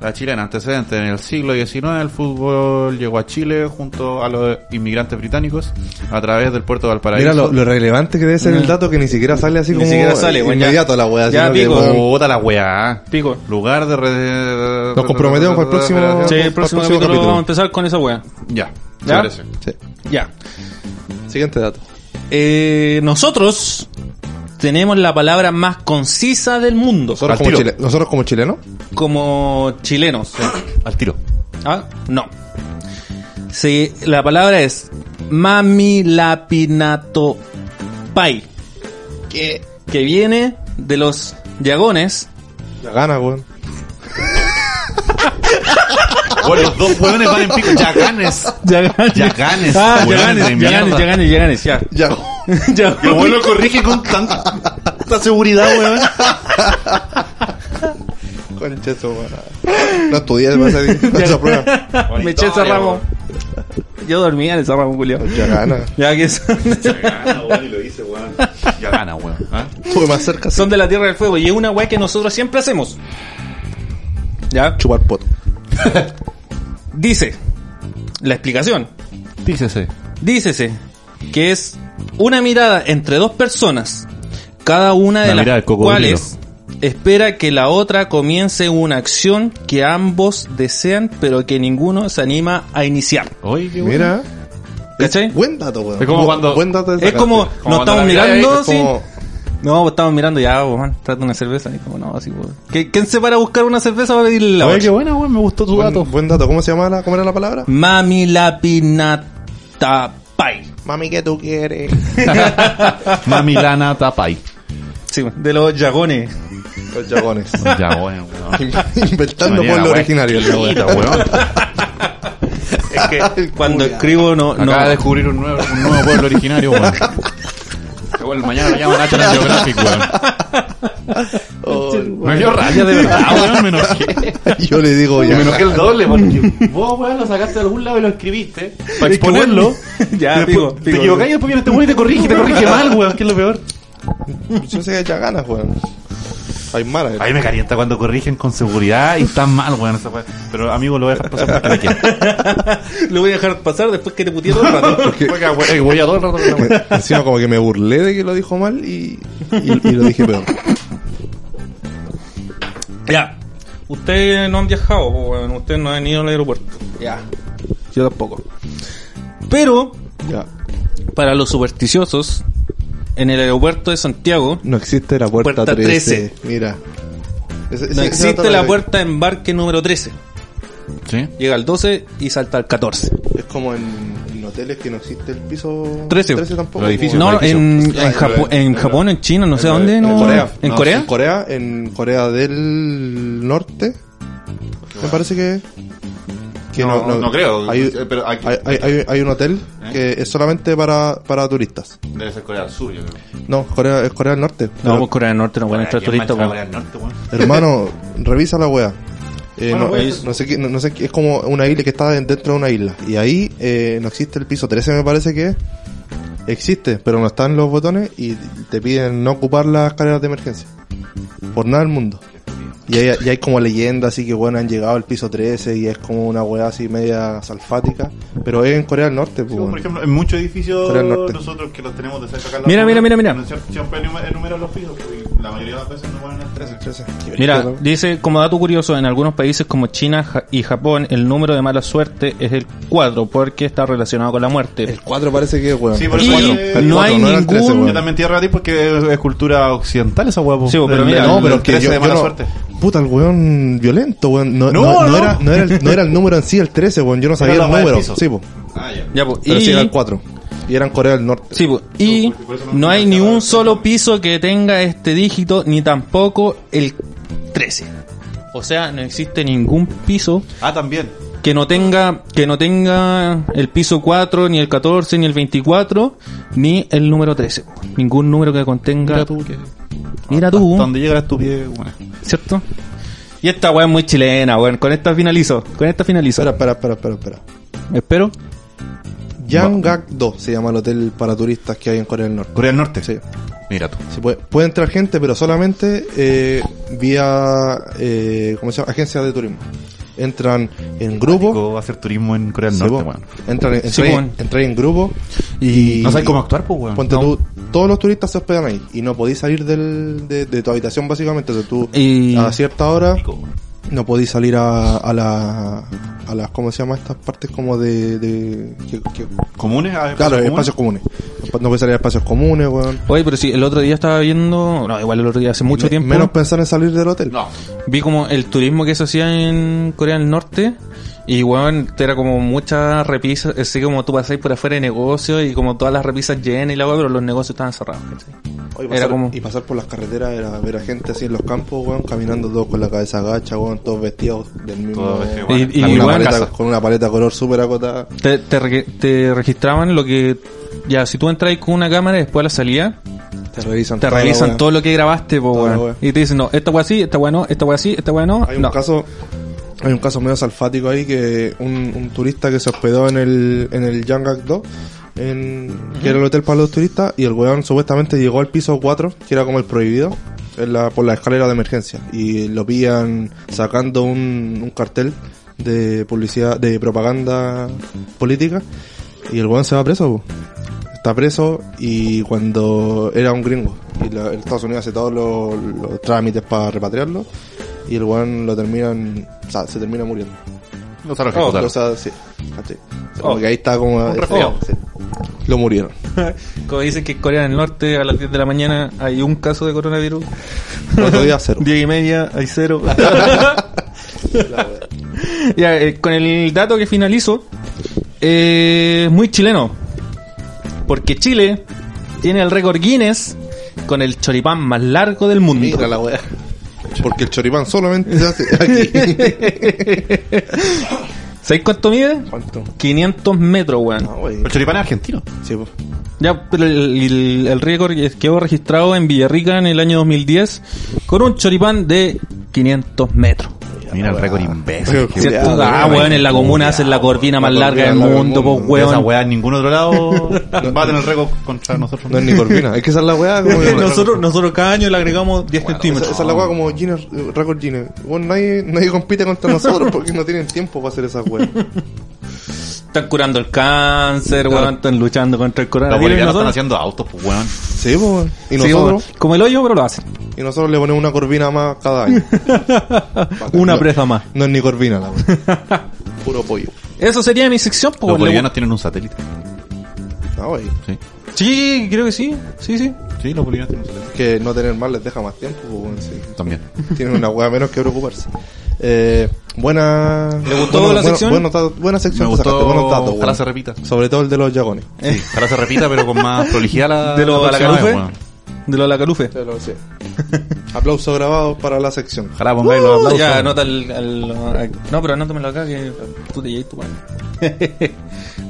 La chilena antecedente. En el siglo XIX, el fútbol llegó a Chile junto a los inmigrantes británicos a través del puerto de Valparaíso. Mira lo, lo relevante que debe ser el dato que ni siquiera sale así Ni como siquiera sale, weón, ya. inmediato la weá. Ya, sino que, pico. weón, Puta la weá. Pico. Lugar de. re- Nos comprometemos con el próximo- Sí, Vamos el pa'l próximo próximo capítulo, capítulo. vamos a empezar con esa weá. Ya. ¿Ya? me parece. sí. Ya. Siguiente dato. Eh, nosotros tenemos la palabra más concisa del mundo. Nosotros, Al como, tiro. chile- nosotros como chilenos, Como chilenos. Al tiro. ¿Ah? No. Sí, la palabra es Mami Lapinato Pai. Que viene de los Yagones. ya gana, weón. Bueno, los dos hueones van en pico. Yaganes. Yaganes. Yaganes. Ah, Hueones de Yaganes, Yaganes, mierda. Yaganes, Yaganes, ya. Ya. El Yagones. weón lo corrige con tanta tanta seguridad, weón. Concha su weón. No estudié para hacer esa prueba. Me eché ese ramo. Yo dormía en ese ramo, Julio. Ya gana. Ya que son, y lo hice, weón. Ya gana, weón. ¿Ah? Estuve más cerca son de la Tierra del Fuego y es una weá que nosotros siempre hacemos. ¿Ya? de chupar poto. Dice la explicación. Dícese. Dícese que es una mirada entre dos personas, cada una de La las mirada del cocodrilo. cuales espera que la otra comience una acción que ambos desean, pero que ninguno se anima a iniciar. Oye, qué bueno. Mira. ¿Cachai? Buen dato, weón. Es como Bu- cuando- Buen dato de Es sacarte. como, Como nos cuando estamos la mirada mirando, Es sí. como- No, pues estamos mirando ya, pues, man, trata una cerveza y como, no, así, pues. ¿Qué- ¿Quién se para a buscar una cerveza para pedirle la Oye, otra? qué buena, weón. Me gustó tu dato. Buen, buen dato. ¿Cómo se llama la, cómo era la palabra? Mami lapinatapai. Mami, ¿qué tú quieres? Mamilana Tapay. Sí, de los yagones. Los jagones. Ya, weón. weón. Inventando Manera, pueblo weón. originario. la weá. Quita, weón. Es que cuando escribo no... no Acaba de descubrir un nuevo, un nuevo pueblo originario, weón. Bueno, mañana me llamo National Geographic, weón. me dio raya de verdad, weón. Me enojé. Yo le digo ya. Me enojé el doble porque vos, weón, lo sacaste de algún lado y lo escribiste. Para exponerlo. Ya, Y después pico, Te pico. equivocás y después viene este weón y te corrige. y Te corrige mal, weón. Que es lo peor. Yo sé que ya ganas, weón. Hay malas. A mí me calienta cuando corrigen con seguridad y están mal, weón. esa weá. Pero amigo, lo voy a dejar pasar porque me quiere. Lo voy a dejar pasar después que te puteé todo el rato. Oiga, we- eh, voy a todo el rato con la weá. Me- Encima como que me burlé de que lo dijo mal y, y, y lo dije peor. ya. Ustedes no han viajado, po, weón. ustedes no han ido al aeropuerto. Ya. Yo tampoco. Pero, Ya. para los supersticiosos, en el aeropuerto de Santiago No existe la puerta, Puerta 13. Mira. Ese- ese- ese no dato existe la vi. puerta de embarque número 13. ¿Sí? Llega al 12 y salta al 14. Es como en, en hoteles que no existe el piso 13. tampoco. Los edificios, como- No, edificio. en, en, Claro, Japo- en- en en- Japón, en China, no sé dónde. en No, Corea. ¿En No, Corea? En Corea, en Corea del Norte. Me parece que... que No, no creo. Hay, Eh, pero aquí- hay, hay- hay- hay un hotel que es solamente para, para turistas. Debe ser Corea del Sur, yo creo. No, Corea, es Corea del Norte. No, Pero- pues Corea del Norte no pueden entrar ¿Quién turistas. más po. entra a Corea del Norte, weón? Hermano, revisa la wea. Eh, Bueno, no, pues, es- no sé qué, no, no sé qué, es como una isla que está dentro de una isla. Y ahí eh, no existe el piso 13, me parece que es. existe, pero no están los botones y te piden no ocupar las carreras de emergencia. Por nada del mundo. Y hay, y hay como leyendas así que bueno, han llegado al piso 13 y es como una weá así media salfática. Pero es en Corea del Norte, pues, Sí, Por bueno. ejemplo, en muchos edificios Corea del Norte. nosotros que los tenemos de cerca acá en la Mira, comuna, mira, mira, mira. siempre- Siempre enum- enumeran los pisos, porque la mayoría de las veces no ponen el 13. Mira, dice, como dato curioso, en algunos países como China Ja- y Japón, el número de mala suerte es el 4, porque está relacionado con la muerte. El 4 parece que, weón. Sí, por Y el cuatro. El no cuatro, hay no era el ningún... 13, weón. Yo también tierra a ti porque es, es cultura occidental esa huevo. Sí, pero mira, no, pero es el que 13 yo, de yo mala no- suerte. Puta, el weón violento, weón. No, No, no, no no. Era, no, era el, no era el número en sí, el 13, weón. Yo no sabía la el weá del número. piso. Sí, po. Ah, ya. Ya, po, Pero y- sí era el 4. Y era en Corea del Norte. Sí, po, y no hay ni un solo piso que tenga este dígito, ni tampoco el 13. O sea, no existe ningún piso Ah, también. que no tenga que no tenga el piso 4, ni el 14, ni el 24, ni el número 13. Ningún número que contenga... Mira tú, Uh. Donde llega la estupidez, bueno. ¿cierto? Y esta weá es muy chilena, weón. Con esta finalizo. Con esta finalizo. Espera, espera, espera, espera, espera. Espero. Yanggak-do se llama el hotel para turistas que hay en Corea del Norte. Corea del Norte. Sí. Mira tú. Sí, puede, puede entrar gente, pero solamente eh, vía eh, ¿cómo se llama? agencias de turismo. Entran en grupo. Digo, va a hacer turismo en Corea del sí, Norte, po. weón. entran, Sí, entran, weón. entran en grupo. Y Y- no sabes cómo actuar, pues, weón. Ponte No. tú, todos los turistas se hospedan ahí y no podís salir del, de, de tu habitación básicamente. Entonces tú Y- a cierta hora no podís salir a, a, la, a las, ¿cómo se llama? Estas partes como de... de que- que- Comunes, ah, a ver, claro, comunes. espacios comunes. No podís salir a espacios comunes, weón. Oye, pero si el otro día estaba viendo. No, igual el otro día hace mucho Me- tiempo. Menos pensar en salir del hotel. No. Vi como el turismo que se hacía en Corea del Norte. Y weón, era como muchas repisas. Así como tú pasáis por afuera de negocios y como todas las repisas llenas y la weá, pero los negocios estaban cerrados. ¿cachai? Oye, Era pasar- como- Y pasar por las carreteras era ver a gente así en los campos, weón, caminando todos con la cabeza agacha, weón, todos vestidos del mismo... Todos vestidos, con, weón. Y- y una weón, paleta, casa. con una paleta color súper acotada. Te, te, re- te registraban lo que. Ya, si tú entráis con una cámara y después a la salida, Te revisan, te toda la revisan weá. todo lo que grabaste, po, Toda la weón. weá. Y te dicen, no, esta weá sí, esta weá no, esta weá sí, esta weá no. Hay un no. caso, hay un caso medio salfático ahí que un, un turista que se hospedó en el, en el Yanggak do en, que era el hotel para los turistas, y el weón supuestamente llegó al piso 4, que era como el prohibido, en la, por la escalera de emergencia, y lo pillan sacando un, un cartel de publicidad, de propaganda política, y el weón se va preso, po. Está preso y cuando era un gringo. Y la- Estados Unidos hace todos los, los trámites para repatriarlo. Y el weón lo terminan. O sea, se termina muriendo. No sabes Oh, ejecutar. O sea, sí. ¿cachai? Como que ahí está como. eh, oh, Un resfriado. sí. Lo murieron. Como dicen que en Corea del Norte a las 10 de la mañana hay un caso de coronavirus, Otro día cero. 10 y media hay cero. ya, eh, con el dato que finalizo, eh, muy chileno, porque Chile tiene el récord Guinness con el choripán más largo del mundo. Mira la weá. Porque el choripán solamente se hace aquí. ¿Sabéis cuánto mide? ¿Cuánto? 500 metros, weón. No, wey. El choripán es argentino. Sí, pues. po. Ya, pero el, el- el récord que quedó registrado en Villarrica en el año 2010 con un choripán de 500 metros. Mira el récord imbécil. Qué ¿Cierto? weá, ah, weá, weón, en la comuna hacen la corvina más la larga del corvina más mundo, larga del pues, mundo. De Esa weón. weá en ningún otro lado va a tener el récord contra nosotros. No es ni corvina. Es que esa es la weá. Como nosotros, nosotros cada año le agregamos 10 Esa, centímetros. esa es la weá como Guinness, eh, récord Guinness. Bueno, nadie, nadie compite contra nosotros porque no tienen tiempo para hacer esas weas. Están curando el cáncer, weón, están luchando contra el Los coronavirus. bolivianos están nosotros- haciendo autos, pues, weón. Sí, po, weón. Y sí, nosotros, weón, como el hoyo, pero lo hacen. y nosotros le ponemos una corvina más cada año. Una No- presa más. No es ni corvina la weá. Puro pollo. Eso sería mi sección, pues, Los weón. bolivianos tienen un satélite. Ah, wey. Sí. Sí, creo que sí. Sí, sí. Sí, los bolivianos tienen un satélite. Que no tener más les deja más tiempo, po, weón. sí. También. Tienen una weá menos que preocuparse. Eh, buena. ¿Le gustó la sección? buena sección, Me te gustó. sacaste, buenos datos, weón. Ojalá se repita. Sobre todo el de los yagones. Sí, ahora se repita, pero con más prolijidad la. Eh. De lo la a la próxima calufe. vez, weón. De lo a la calufe. Aplauso grabado para la sección. Ojalá pongáis los aplausos. Uh, Ya, anota al, al- a- No, pero anótamelo acá que tú te llevas tu mano.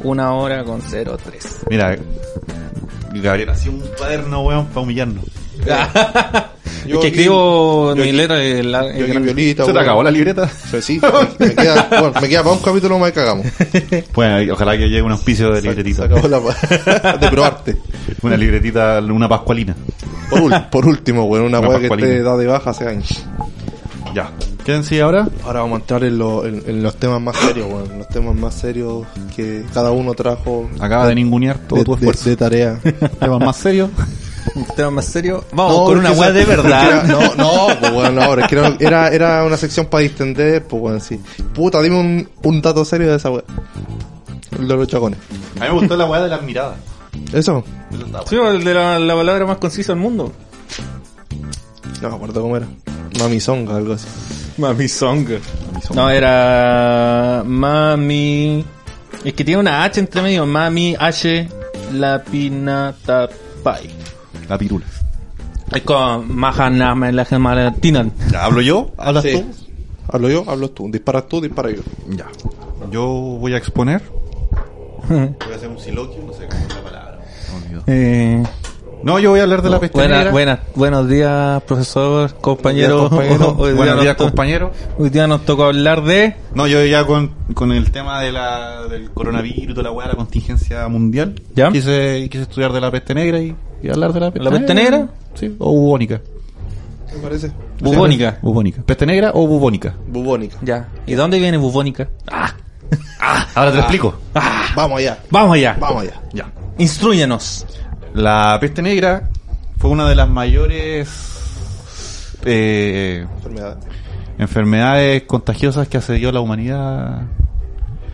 Una hora con 03. Mira, Gabriel, hacía un cuaderno, weón, para humillarnos. es que aquí- escribo yo mi aquí- letra de la- Yo eh, aquí gran- violita, ¿Se te weón. acabó la libreta? Sí, me, me queda, bueno, me queda para un capítulo más y cagamos. Bueno, ojalá que llegue un auspicio de Se libretita. acabó la pa- de probarte. Una libretita, una pascualina. Por, ul- por último, weón, una Una weá que pascualina. te da de baja hace años. Ya. ¿Qué en sí ahora? Ahora vamos a entrar en, lo- en- en los temas más serios, weón. Los temas más serios que cada uno trajo Acaba de ningunear todo de, tu de- esfuerzo. de tarea. Temas más serios. tema más serio. Vamos No, con una porque weá se- de verdad. porque era- no, no, pues bueno, ahora es que era, era, era una sección para distender, pues bueno, sí. Puta, dime un, un dato serio de esa weá. El de los chacones. A mí me gustó la weá de las miradas. ¿Eso? Sí, el de la, la palabra más concisa del mundo. No me acuerdo cómo era. Mamizonga, algo así. Mami Song. No, era. Mami. Es que tiene una H entre medio. Mami, H, Lapina, Tapai. La pirula. Es como Mahanama en la gemala Tinan. ¿Ya hablo yo? ¿Hablas Sí. tú? Hablo yo, hablo tú. Disparas tú, dispara yo. Ya. Yo voy a exponer. Voy a hacer un siloquio, no sé cómo es la palabra. Me olvidó. Eh, No, yo voy a hablar de la peste buena, negra. buena, buenos días, profesor, compañero. compañero. Hoy día Buenos nos días, to- compañero. Hoy día nos tocó hablar de. No, yo ya con, con el tema de la, del coronavirus, de la weá, la contingencia mundial. ¿Ya? Quise, quise estudiar de la peste negra y, y hablar de la peste ¿La peste negra? Sí, o bubónica. ¿Te parece? Bubónica. Bubónica. ¿Peste negra o bubónica? Bubónica. Ya. ¿Y dónde viene Bubónica? Ahora te lo explico. Vamos allá, Vamos allá. vamos allá. Ah. Ya. Instruyenos. La peste negra fue una de las mayores eh, Enfermedad. enfermedades contagiosas que asedió la humanidad.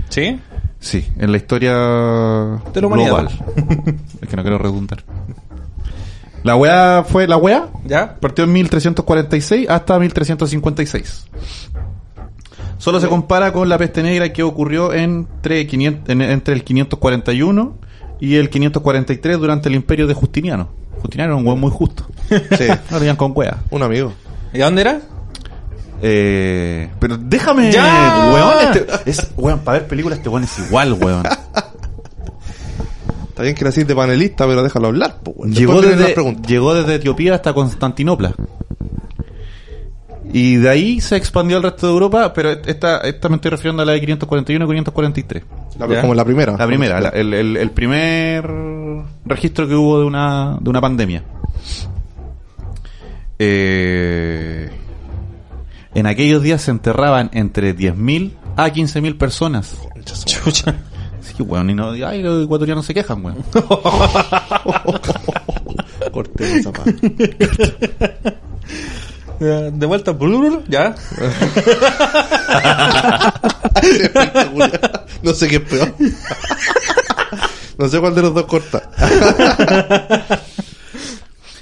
¿Sí? Sí, en la historia De la humanidad. global. es que no quiero redundar. La weá fue la weá. ¿Ya? Partió en 1346 hasta 1356. Solo se compara con la peste negra que ocurrió entre, 500 en- entre el 541 y el 543 durante el imperio de Justiniano. Justiniano era un weón muy justo. Sí, No le digan con wea. un amigo. ¿Y dónde era? Eh, pero déjame, ¡Ya! weón. Este, es, weón, para ver películas este weón es igual, weón. Está bien que la hiciste de panelista, pero déjalo hablar, pues bueno. Llegó Después vienen desde, las preguntas. llegó desde Etiopía hasta Constantinopla. Y de ahí se expandió al resto de Europa, pero esta, esta me estoy refiriendo a la de 541 y 543. La- Ya. como la primera. La primera, la- el, el- el primer registro que hubo de una, de una pandemia. Eh, en aquellos días se enterraban entre 10.000 a 15.000 personas. Chucha. Así que, weón, y no, y, ay, los ecuatorianos se quejan, weón. Corté esa parte. Ya, Eh, De vuelta, blur, ya. espectacular. No sé qué es peor. No sé cuál de los dos corta.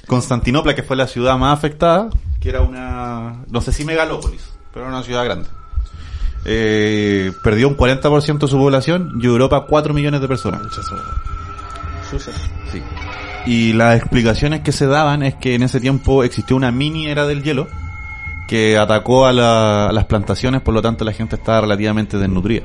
Constantinopla, que fue la ciudad más afectada, que era una, no sé si megalópolis, pero era una ciudad grande. Eh, perdió un 40% de su población y Europa 4 millones de personas. Sí. Y las explicaciones que se daban es que en ese tiempo existió una mini era del hielo que atacó a, la- a las plantaciones, por lo tanto la gente estaba relativamente desnutrida.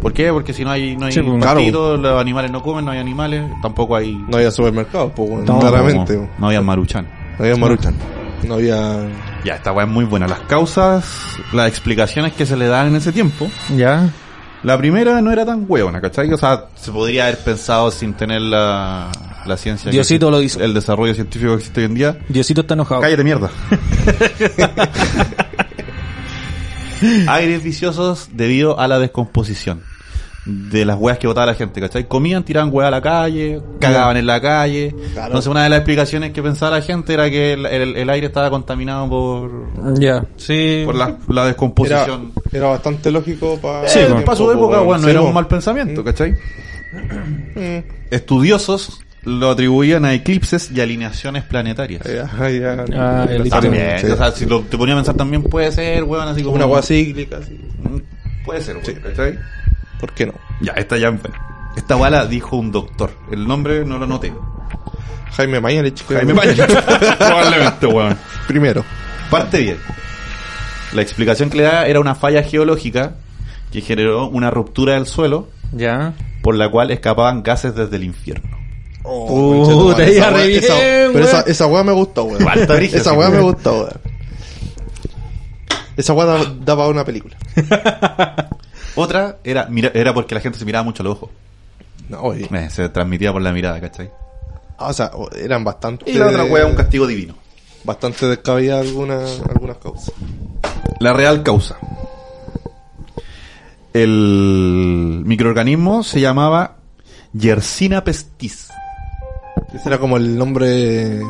¿Por qué? Porque si no hay, no hay Sí, pues, pastitos, los animales no comen, no hay animales, tampoco hay... No había supermercado, pues, bueno, No, claramente. No, no había maruchan. había maruchan. No había. Ya, esta weá es muy buena. Las causas, las explicaciones que se le dan en ese tiempo. Ya. La primera no era tan huevona, ¿cachai? O sea, se podría haber pensado sin tener la, la ciencia. que Diosito existe- lo hizo. El desarrollo científico que existe hoy en día. Diosito está enojado. Cállate mierda. Aires viciosos debido a la descomposición de las weas que botaba la gente, ¿cachai? Comían, tiraban weas a la calle, cagaban en la calle. Entonces una de las explicaciones que pensaba la gente era que el- el- el aire estaba contaminado por, Ya. Sí. por la, la Era, descomposición. era bastante lógico para. Sí, para su Eh, época, bueno, era un mal pensamiento, Mm. ¿cachai? Mm. Estudiosos lo atribuían a eclipses y alineaciones planetarias. Eh, Ah, el Eh, También, sí. o sea, si lo, te ponía a pensar también puede ser, weón, así como... Una agua cíclica, así. Mm, Puede ser, weón, ¿cachai? ¿Por qué no? Ya, esta ya... bueno. Esta bala dijo un doctor. El nombre no lo noté. Jaime Mañalich. creo. Jaime Paño. Probablemente, weón. Primero. Parte bien. La explicación que le da era una falla geológica que generó una ruptura del suelo Ya. por la cual escapaban gases desde el infierno. Oh, Uh, Conchetumare, te iba esa re wea- esa- bien, Pero wea. esa, esa weá me gustó, weón. Igual está brígido, Esa sí, weá me weón. gustó, weón. Esa weá da, da para una película. Otra era, mira- era porque la gente se miraba mucho al ojo. No, oye. Eh, se transmitía por la mirada, ¿cachai? Ah, O sea, eran bastante. Y la otra hueá un castigo divino. Bastante descabellada alguna, algunas causas. La real causa. El microorganismo se llamaba Yersina pestis. Ese era como el nombre. eh,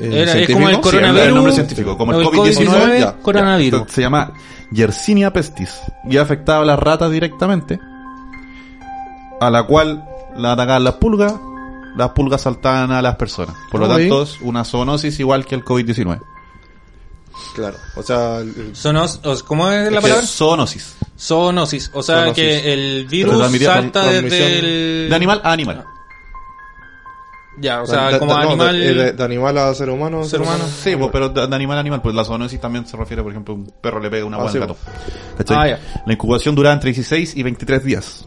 Era- es científico. como el Sí, era coronavirus. el nombre científico, como el COVID-19, ya, coronavirus. Entonces, Se llama Yersinia pestis y afectaba a las ratas directamente, a la cual la atacaban las pulgas, las pulgas saltaban a las personas. Por lo Ok. tanto, es una zoonosis igual que el COVID-19. Claro. O sea, el- Zoonos- os- ¿Cómo es la Que es palabra? Zoonosis. Zoonosis. O sea Zoonosis. que el Se virus transmitía por salta transmisión desde el... De animal a animal. Ya, o sea, da- como da- no, animal... de, eh, de- de animal a ser humano. Ser humano. Sí, pues, pero de, de animal a animal, pues la zoonosis también se refiere, por ejemplo, un perro le pega una Ah, hueá al sí, gato. ¿Cachai? Ah, ya. La incubación duraba entre 16 y 23 días.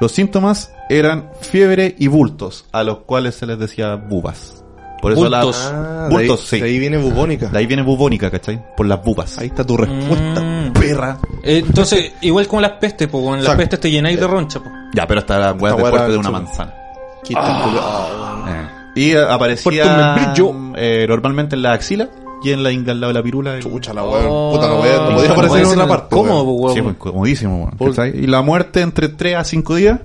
Los síntomas eran fiebre y bultos, a los cuales se les decía bubas. Por eso la- Bultos. Ah, de ahí- bultos, sí. de ahí viene bubónica. De ahí viene bubónica, ¿cachai? Por las bubas. Ahí está tu respuesta, Mm. perra. Eh, Entonces, igual como las pestes, pues con las Exacto. pestes te llenáis de roncha, pues. Ya, pero esta la hueá Esta de hueá fuerte era de una chulo. manzana. Quita el culo. Ah, Eh. Y eh, aparecía eh, normalmente en la axila y en la ingle al lado de la pirula. el- chucha la weón. Puta, no podía, no podía aparecer Oh, en parece otra parte. ¿Cómo, weón. pues, Sí, pues, weón? comodísimo, weón, Por- ¿cachai? Y la muerte entre 3 a 5 días.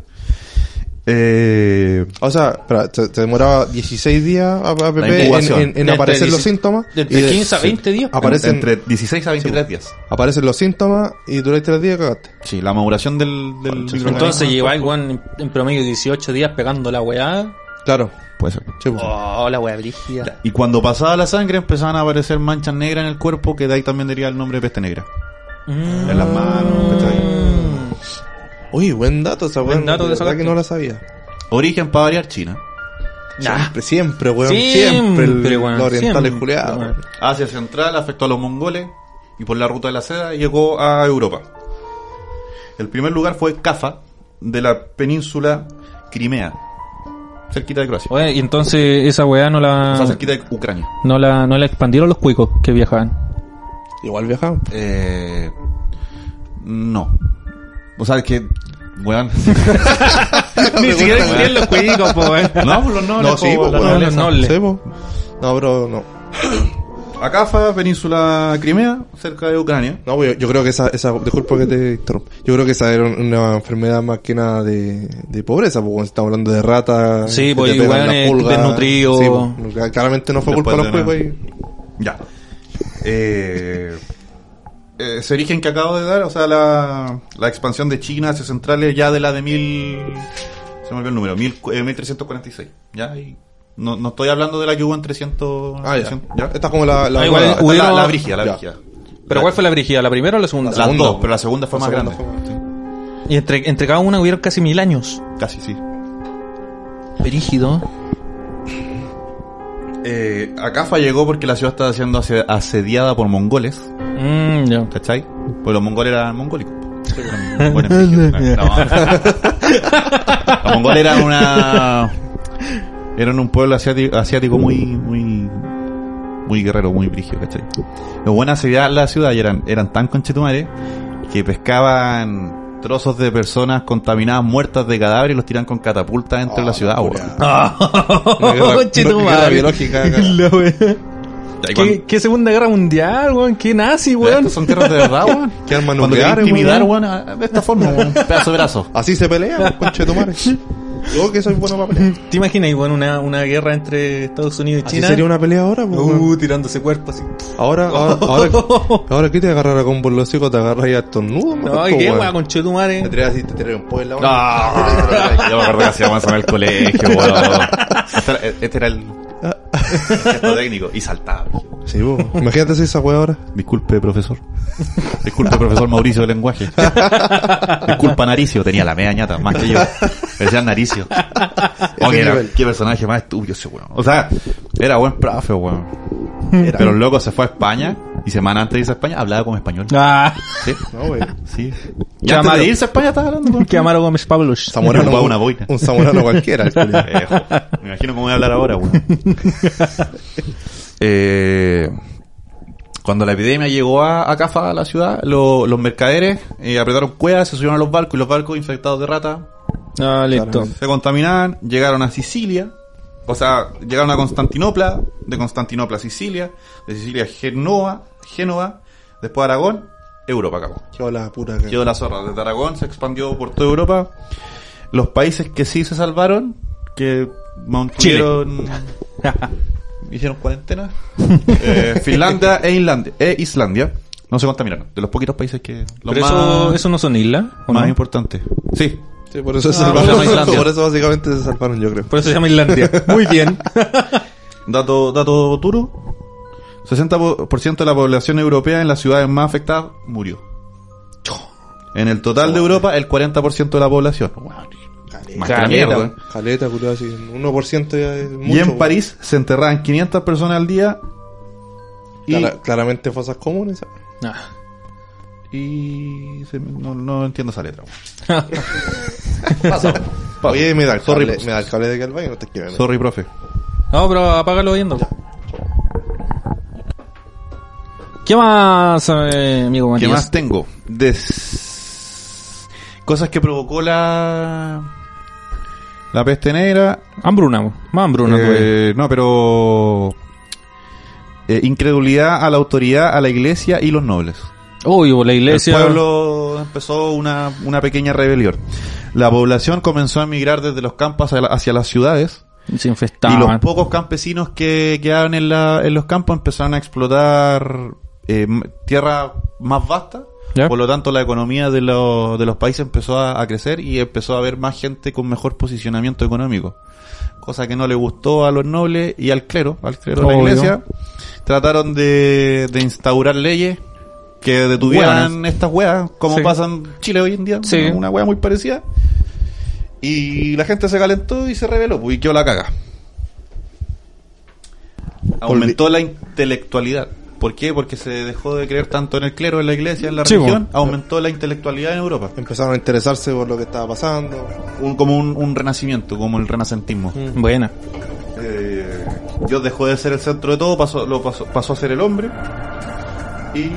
Eh, O sea, espera, se, se demoraba 16 días a, a PP en, incubación. en- en Entre aparecer los 16 síntomas. Entre y de- 15 a 20 días. Aparecen, entre 16 a 23 días. aparecen los síntomas y duráis 3 días cagaste. Sí, la maduración del, del microorganismo. Entonces lleváis, weón, en- en promedio 18 días pegando la weá. Claro. Puede ser. Sí, pues. Oh, la weá brígida. Y cuando pasaba la sangre empezaban a aparecer manchas negras en el cuerpo, que de ahí también diría el nombre de peste negra. Mm. En las manos, ¿cachai? Uy, buen dato esa Buen weón. dato de que verdad sacaste. que no la sabía. Origen para variar China. Nah. Siempre, siempre, weón. Siempre, Siempre, el- weón, los orientales siempre, juleados. weón. Asia Central afectó a los mongoles y por la ruta de la seda llegó a Europa. El primer lugar fue Cafa, de la península Crimea, cerquita de Croacia. Oye, y entonces esa weá no O sea, la, cerquita de Ucrania. no la, no la expandieron los cuicos que viajaban. Igual viajaban. Eh, no. O sea, que... Weón. Ni siquiera existían los cuicos, po, weón. No, pues los nobles, No, Oh, sí, po, pues, la weón. nobleza. No, no, no. Sí, po. No, bro, no. A Cafa, península Crimea, cerca de Ucrania. No, yo, yo creo que esa, esa, disculpa que te interrumpa. Yo creo que esa era una enfermedad más que nada de, de pobreza, porque estamos hablando de ratas. Sí, que pues, te y pegan la hueones pulga. desnutridos. Sí, pues, no, claramente no fue Después culpa de de los una- cuicos Ya. Eh, eh, ese origen que acabo de dar, o sea, la, la expansión de China hacia centrales ya de la de mil... Se me olvidó el número, mil, cu- eh, 1346. Ya, y no, no estoy hablando de la que hubo en 300... Ah, ya. 300, Esta es como la, la, Ah, igual la- Esta es la, hubieron- la brígida, la Ya. brígida. ¿Pero cuál fue la brígida? ¿La primera o la segunda? Las segunda, dos, pero la segunda fue la segunda más grande. Y entre, entre cada una hubieron casi mil años. Sí, casi, sí. Brígido. Eh, Acafa llegó porque la ciudad estaba siendo ase- asediada por mongoles. Mm, ya. ¿Cachai? Pues los mongoles eran mongólicos. Eran buenos frijoles. No, no. Los mongoles eran una. Eran un pueblo asiático, asiático muy, muy. Muy guerrero, muy brígido, ¿cachai? Los buenos asediaban la ciudad y eran, eran tan conchetumares que pescaban trozos de personas contaminadas, muertas de cadáveres y los tiran con catapultas entre la ciudad, weón. Una guerra- Conche tu una guerra madre. biológica, acá. La weá. Ya, y ¿Qué, cuando- ¿Qué Segunda Guerra Mundial, weón? ¿Qué nazi, weón? Estos son guerras de verdad, weón. Que armas Cuando querían nucleares, intimidar, weón. weón, a- de esta forma, weón. Pedazo de brazo. Así se pelea, conche tu madre. Yo que soy bueno para pelear. ¿Te imaginas, weón, una, una guerra entre Estados Unidos y Así China? sería una pelea ahora, pues, weón. Uh, tirándose cuerpos así. Ahora, ahora, ahora, ahora que te agarrará con por los hijos, te agarras ya estornudo, No, marco, ¿y qué, weón. pues, weón? Con Te Chetumare. tiré así, te tiré un poco en la mano. Ah, yo me acuerdo que hacíamos eso en el colegio, weón. Este era, este era el gesto técnico. Y saltaba. Sí, vos. Imagínate si esa weá ahora. Disculpe, profesor. Disculpe, profesor Mauricio del lenguaje. Disculpa, Naricio. Tenía la media ñata, más que yo. Le Decían Naricio. Oh, que era- nivel. qué personaje más estúpido ese weón. O sea, era buen profe, weón. Era. Pero el loco se fue a España y semana antes de irse a España hablaba como español. Ah, Sí, No, wey. sí. Y Qué antes amaro. de irse a España estaba hablando con que Amaro Gómez Pablos. Zamorano. Ocupaba una boina. Un zamorano cualquiera. el culiao. Eh, jo, me imagino cómo voy a hablar ahora, weón. Eh, cuando la epidemia llegó a, a Cafa, a la ciudad, lo- los mercaderes eh, apretaron cuevas, se subieron a los barcos y los barcos infectados de rata Ah, listo. Claramente. se contaminaban, llegaron a Sicilia, o sea, llegaron a Constantinopla, de Constantinopla a Sicilia, de Sicilia a Génova, Génova, Después Aragón, Europa cagó. Quedó la pura que- Quedó la zorra. Desde Aragón se expandió por toda Europa. Los países que sí se salvaron, que mantuvieron. hicieron cuarentena. eh, Finlandia e Islandia, e Islandia. No se contaminaron. De los poquitos países que. Los Pero más, eso, eso no son islas, ¿o más no? importantes. Sí. Sí, por eso se Ah, salvaron. por eso Islandia. por eso básicamente se salvaron, yo creo. Por eso se llama Islandia. Muy bien. Dato, dato duro. 60% de la población europea en las ciudades más afectadas murió. En el total de Europa, el 40% de la población. Más que la Caleta, mierda. weón. Caleta, culiado, así. un 1% ya es mucho. Y en weón. París se enterraban 500 personas al día. Y, Clara- claramente fosas comunes. ¿sabes? Ah. y se- no, no entiendo esa letra. weón. Oye, me da el Sorry, cable, pues. me da el cable de que al baño no te quiero. Sorry, profe. No, pero apágalo viendo. ¿Qué más, eh, amigo ¿Qué Matías? más tengo? Des- Cosas que provocó la... La peste negra, Hambruna, mo. Ah, más hambruna. todavía. Eh, no, pero. eh, incredulidad a la autoridad, a la iglesia y los nobles. pues. Uy, la iglesia. El pueblo empezó una, una pequeña rebelión. La población comenzó a emigrar desde los campos hacia, la- hacia las ciudades. se Y los infestaba. pocos campesinos que quedaron en, la- en los campos empezaron a explotar eh, m- tierra más vasta. ¿Ya? Por lo tanto, la economía de, los- de los países empezó a, a crecer y empezó a haber más gente con mejor posicionamiento económico. Cosa que no le gustó a los nobles y al clero, al clero de la Obvio. iglesia. Trataron de, de instaurar leyes que detuvieran estas weas, como Sí. pasan en Chile hoy en día. Sí. Una wea muy parecida. Y la gente se calentó y se rebeló, pues, y quedó la caga. Aumentó la intelectualidad. ¿Por qué? Porque se dejó de creer tanto en el clero, en la iglesia, en la Sí, religión. Aumentó la intelectualidad en Europa. Empezaron a interesarse por lo que estaba pasando. Un- como un, un renacimiento, como el renacentismo. Buena. Eh, Dios dejó de ser el centro de todo, pasó, lo pasó, pasó a ser el hombre. Y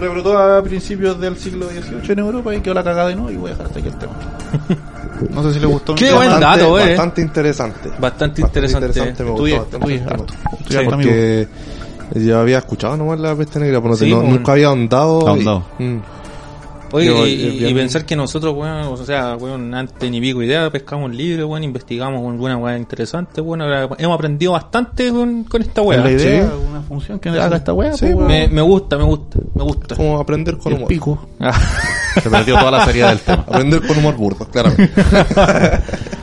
rebrotó a principios del siglo XVIII en Europa y quedó la cagada de nuevo. Y voy a dejar hasta aquí el tema. no sé si le gustó. Qué mi tema. buen Bastante, dato, eh. bastante interesante. Bastante interesante. eh. me gustó Estudié, bastante estudié el tema. harto. Estudié Sí. harto, amigo. Porque yo había escuchado nomás la peste negra, pero no sé, Sí, no- bueno. nunca había ahondado. pues, Ahondado. y- mm. Oye, Yo, y, eh, y bien- pensar que nosotros, weón, o sea, weón, antes ni pico idea, pescamos un libro, weón, investigamos weón, una weá interesante, weón, ahora hemos aprendido bastante con, con esta Es weá. la idea, sí. una función que haga esta wea. Sí, pues, weón. Me, me gusta, me gusta, me gusta. Como aprender con humor. pico. Se perdió toda la seriedad del tema. Aprender con humor burdo, claramente.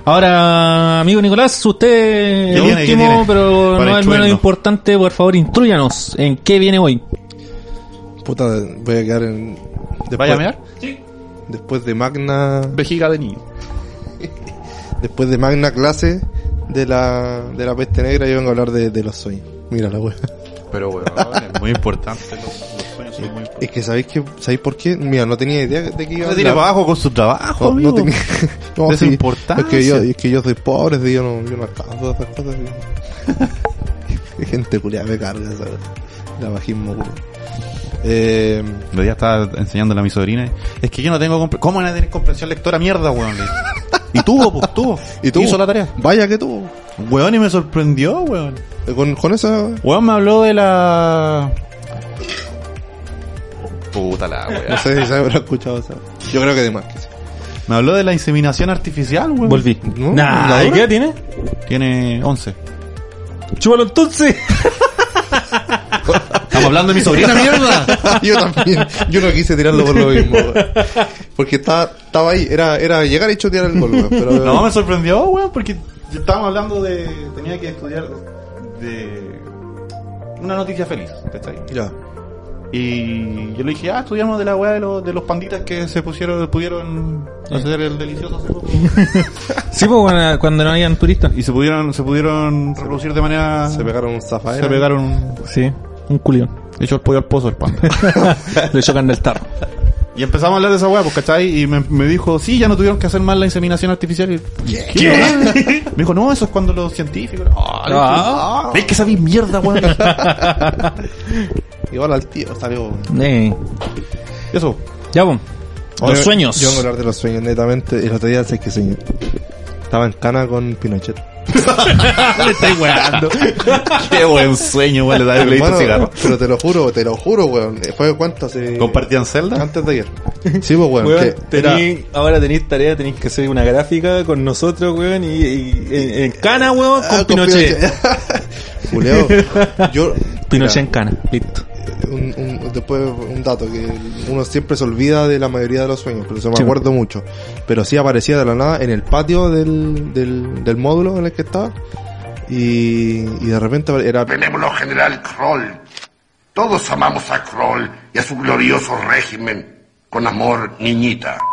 Ahora, amigo Nicolás, usted el viene, qué último, viene? Para pero no es menos instruirnos. importante, por favor, instruyanos en qué viene hoy. Puta, voy a quedar en. Después, ¿Vaya a mear? Después de Magna. Vejiga de niño. Después de Magna clase de la, de la peste negra, yo vengo a hablar de, de los sueños. Mira la wea. Pero weón, es muy importante. Los, los sueños son muy importantes. Es que sabéis que, ¿sabéis por qué? Mira, no tenía idea de que iba a Se tira hablar. para abajo con su trabajo, No, no amigo. tenía. No, sí. Desimportancia. Es que yo, es que yo soy pobre, sí, yo no, yo no alcanzo esas cosas. sí. Gente culiada me carga esa La bajismo culiao. Eh, El otro día estaba enseñándole a mi sobrina. Es que yo no tengo comprensión. ¿Cómo van a tener comprensión lectora mierda, weón? Le dije. Y tuvo, pues tuvo. ¿Y tú? Hizo la tarea. Vaya que tú. Weón, y me sorprendió, weón. Eh, Con, con esa. Weón me habló de la. Puta la weón. No sé si se habrá escuchado esa. Yo creo que de más que sí. Me habló de la inseminación artificial, weón. Volví. ¿No? Nah, ¿La ¿y hora? qué tiene? Tiene 11. Chúpalo entonces. Estamos hablando de mi sobrina, mierda. yo también. Yo no quise tirarlo por lo mismo. weón. Porque estaba, estaba ahí. Era, era llegar y chotear el gol, weón, Pero, No, me sorprendió, weón, porque estábamos hablando de. Tenía que estudiar de. Una noticia feliz, ¿cachai? Ya. Y yo le dije, ah, estudiamos de la weá de, los- de los panditas que se pusieron, pudieron hacer el delicioso hace poco. Sí, pues cuando, cuando no habían turistas. y se pudieron, se pudieron reproducir de manera. Se pegaron un zafaera. se pegaron un- Sí, un culión. Echó el pollo al pozo el panda. Le chocan del tarro. y empezamos a hablar de esa weá, pues, ¿cachai? Y me, me dijo, sí, ya no tuvieron que hacer más la inseminación artificial. Y, ¿Qué? me dijo, no, eso es cuando los científicos. Ah, le dije, Ah. "Ah, ¿Ves que sabís mierda, weón? Igual al tío salió. weón. Eh, eso. ya, pues. Los Yo- sueños. Yo vengo a hablar de los sueños, netamente. El otro día sé que soñé. Estaba en cana con Pinochet. Le estoy weando. Qué buen sueño, weón. Le da el Hermano, leído cigarro. pero te lo juro, te lo juro, weón. ¿Fue cuánto eh, hace...? ¿Compartían celda? Antes de ayer. Sí, pues, weón. Weón, que era- tení- ahora tenéis tarea, tenéis que hacer una gráfica con nosotros, weón, y, y- en, en cana, weón, con Ah, Pinochet. Julio, yo... Pinochet en mira, cana, listo. un- un- después un dato que uno siempre se olvida de la mayoría de los sueños, pero se me Sí. pues. acuerdo mucho. Pero sí aparecía de la nada en el patio del, del, del módulo en el que estaba. Y, y de repente era Benévolo general Kroll. Todos amamos a Kroll y a su glorioso régimen. Con amor, niñita.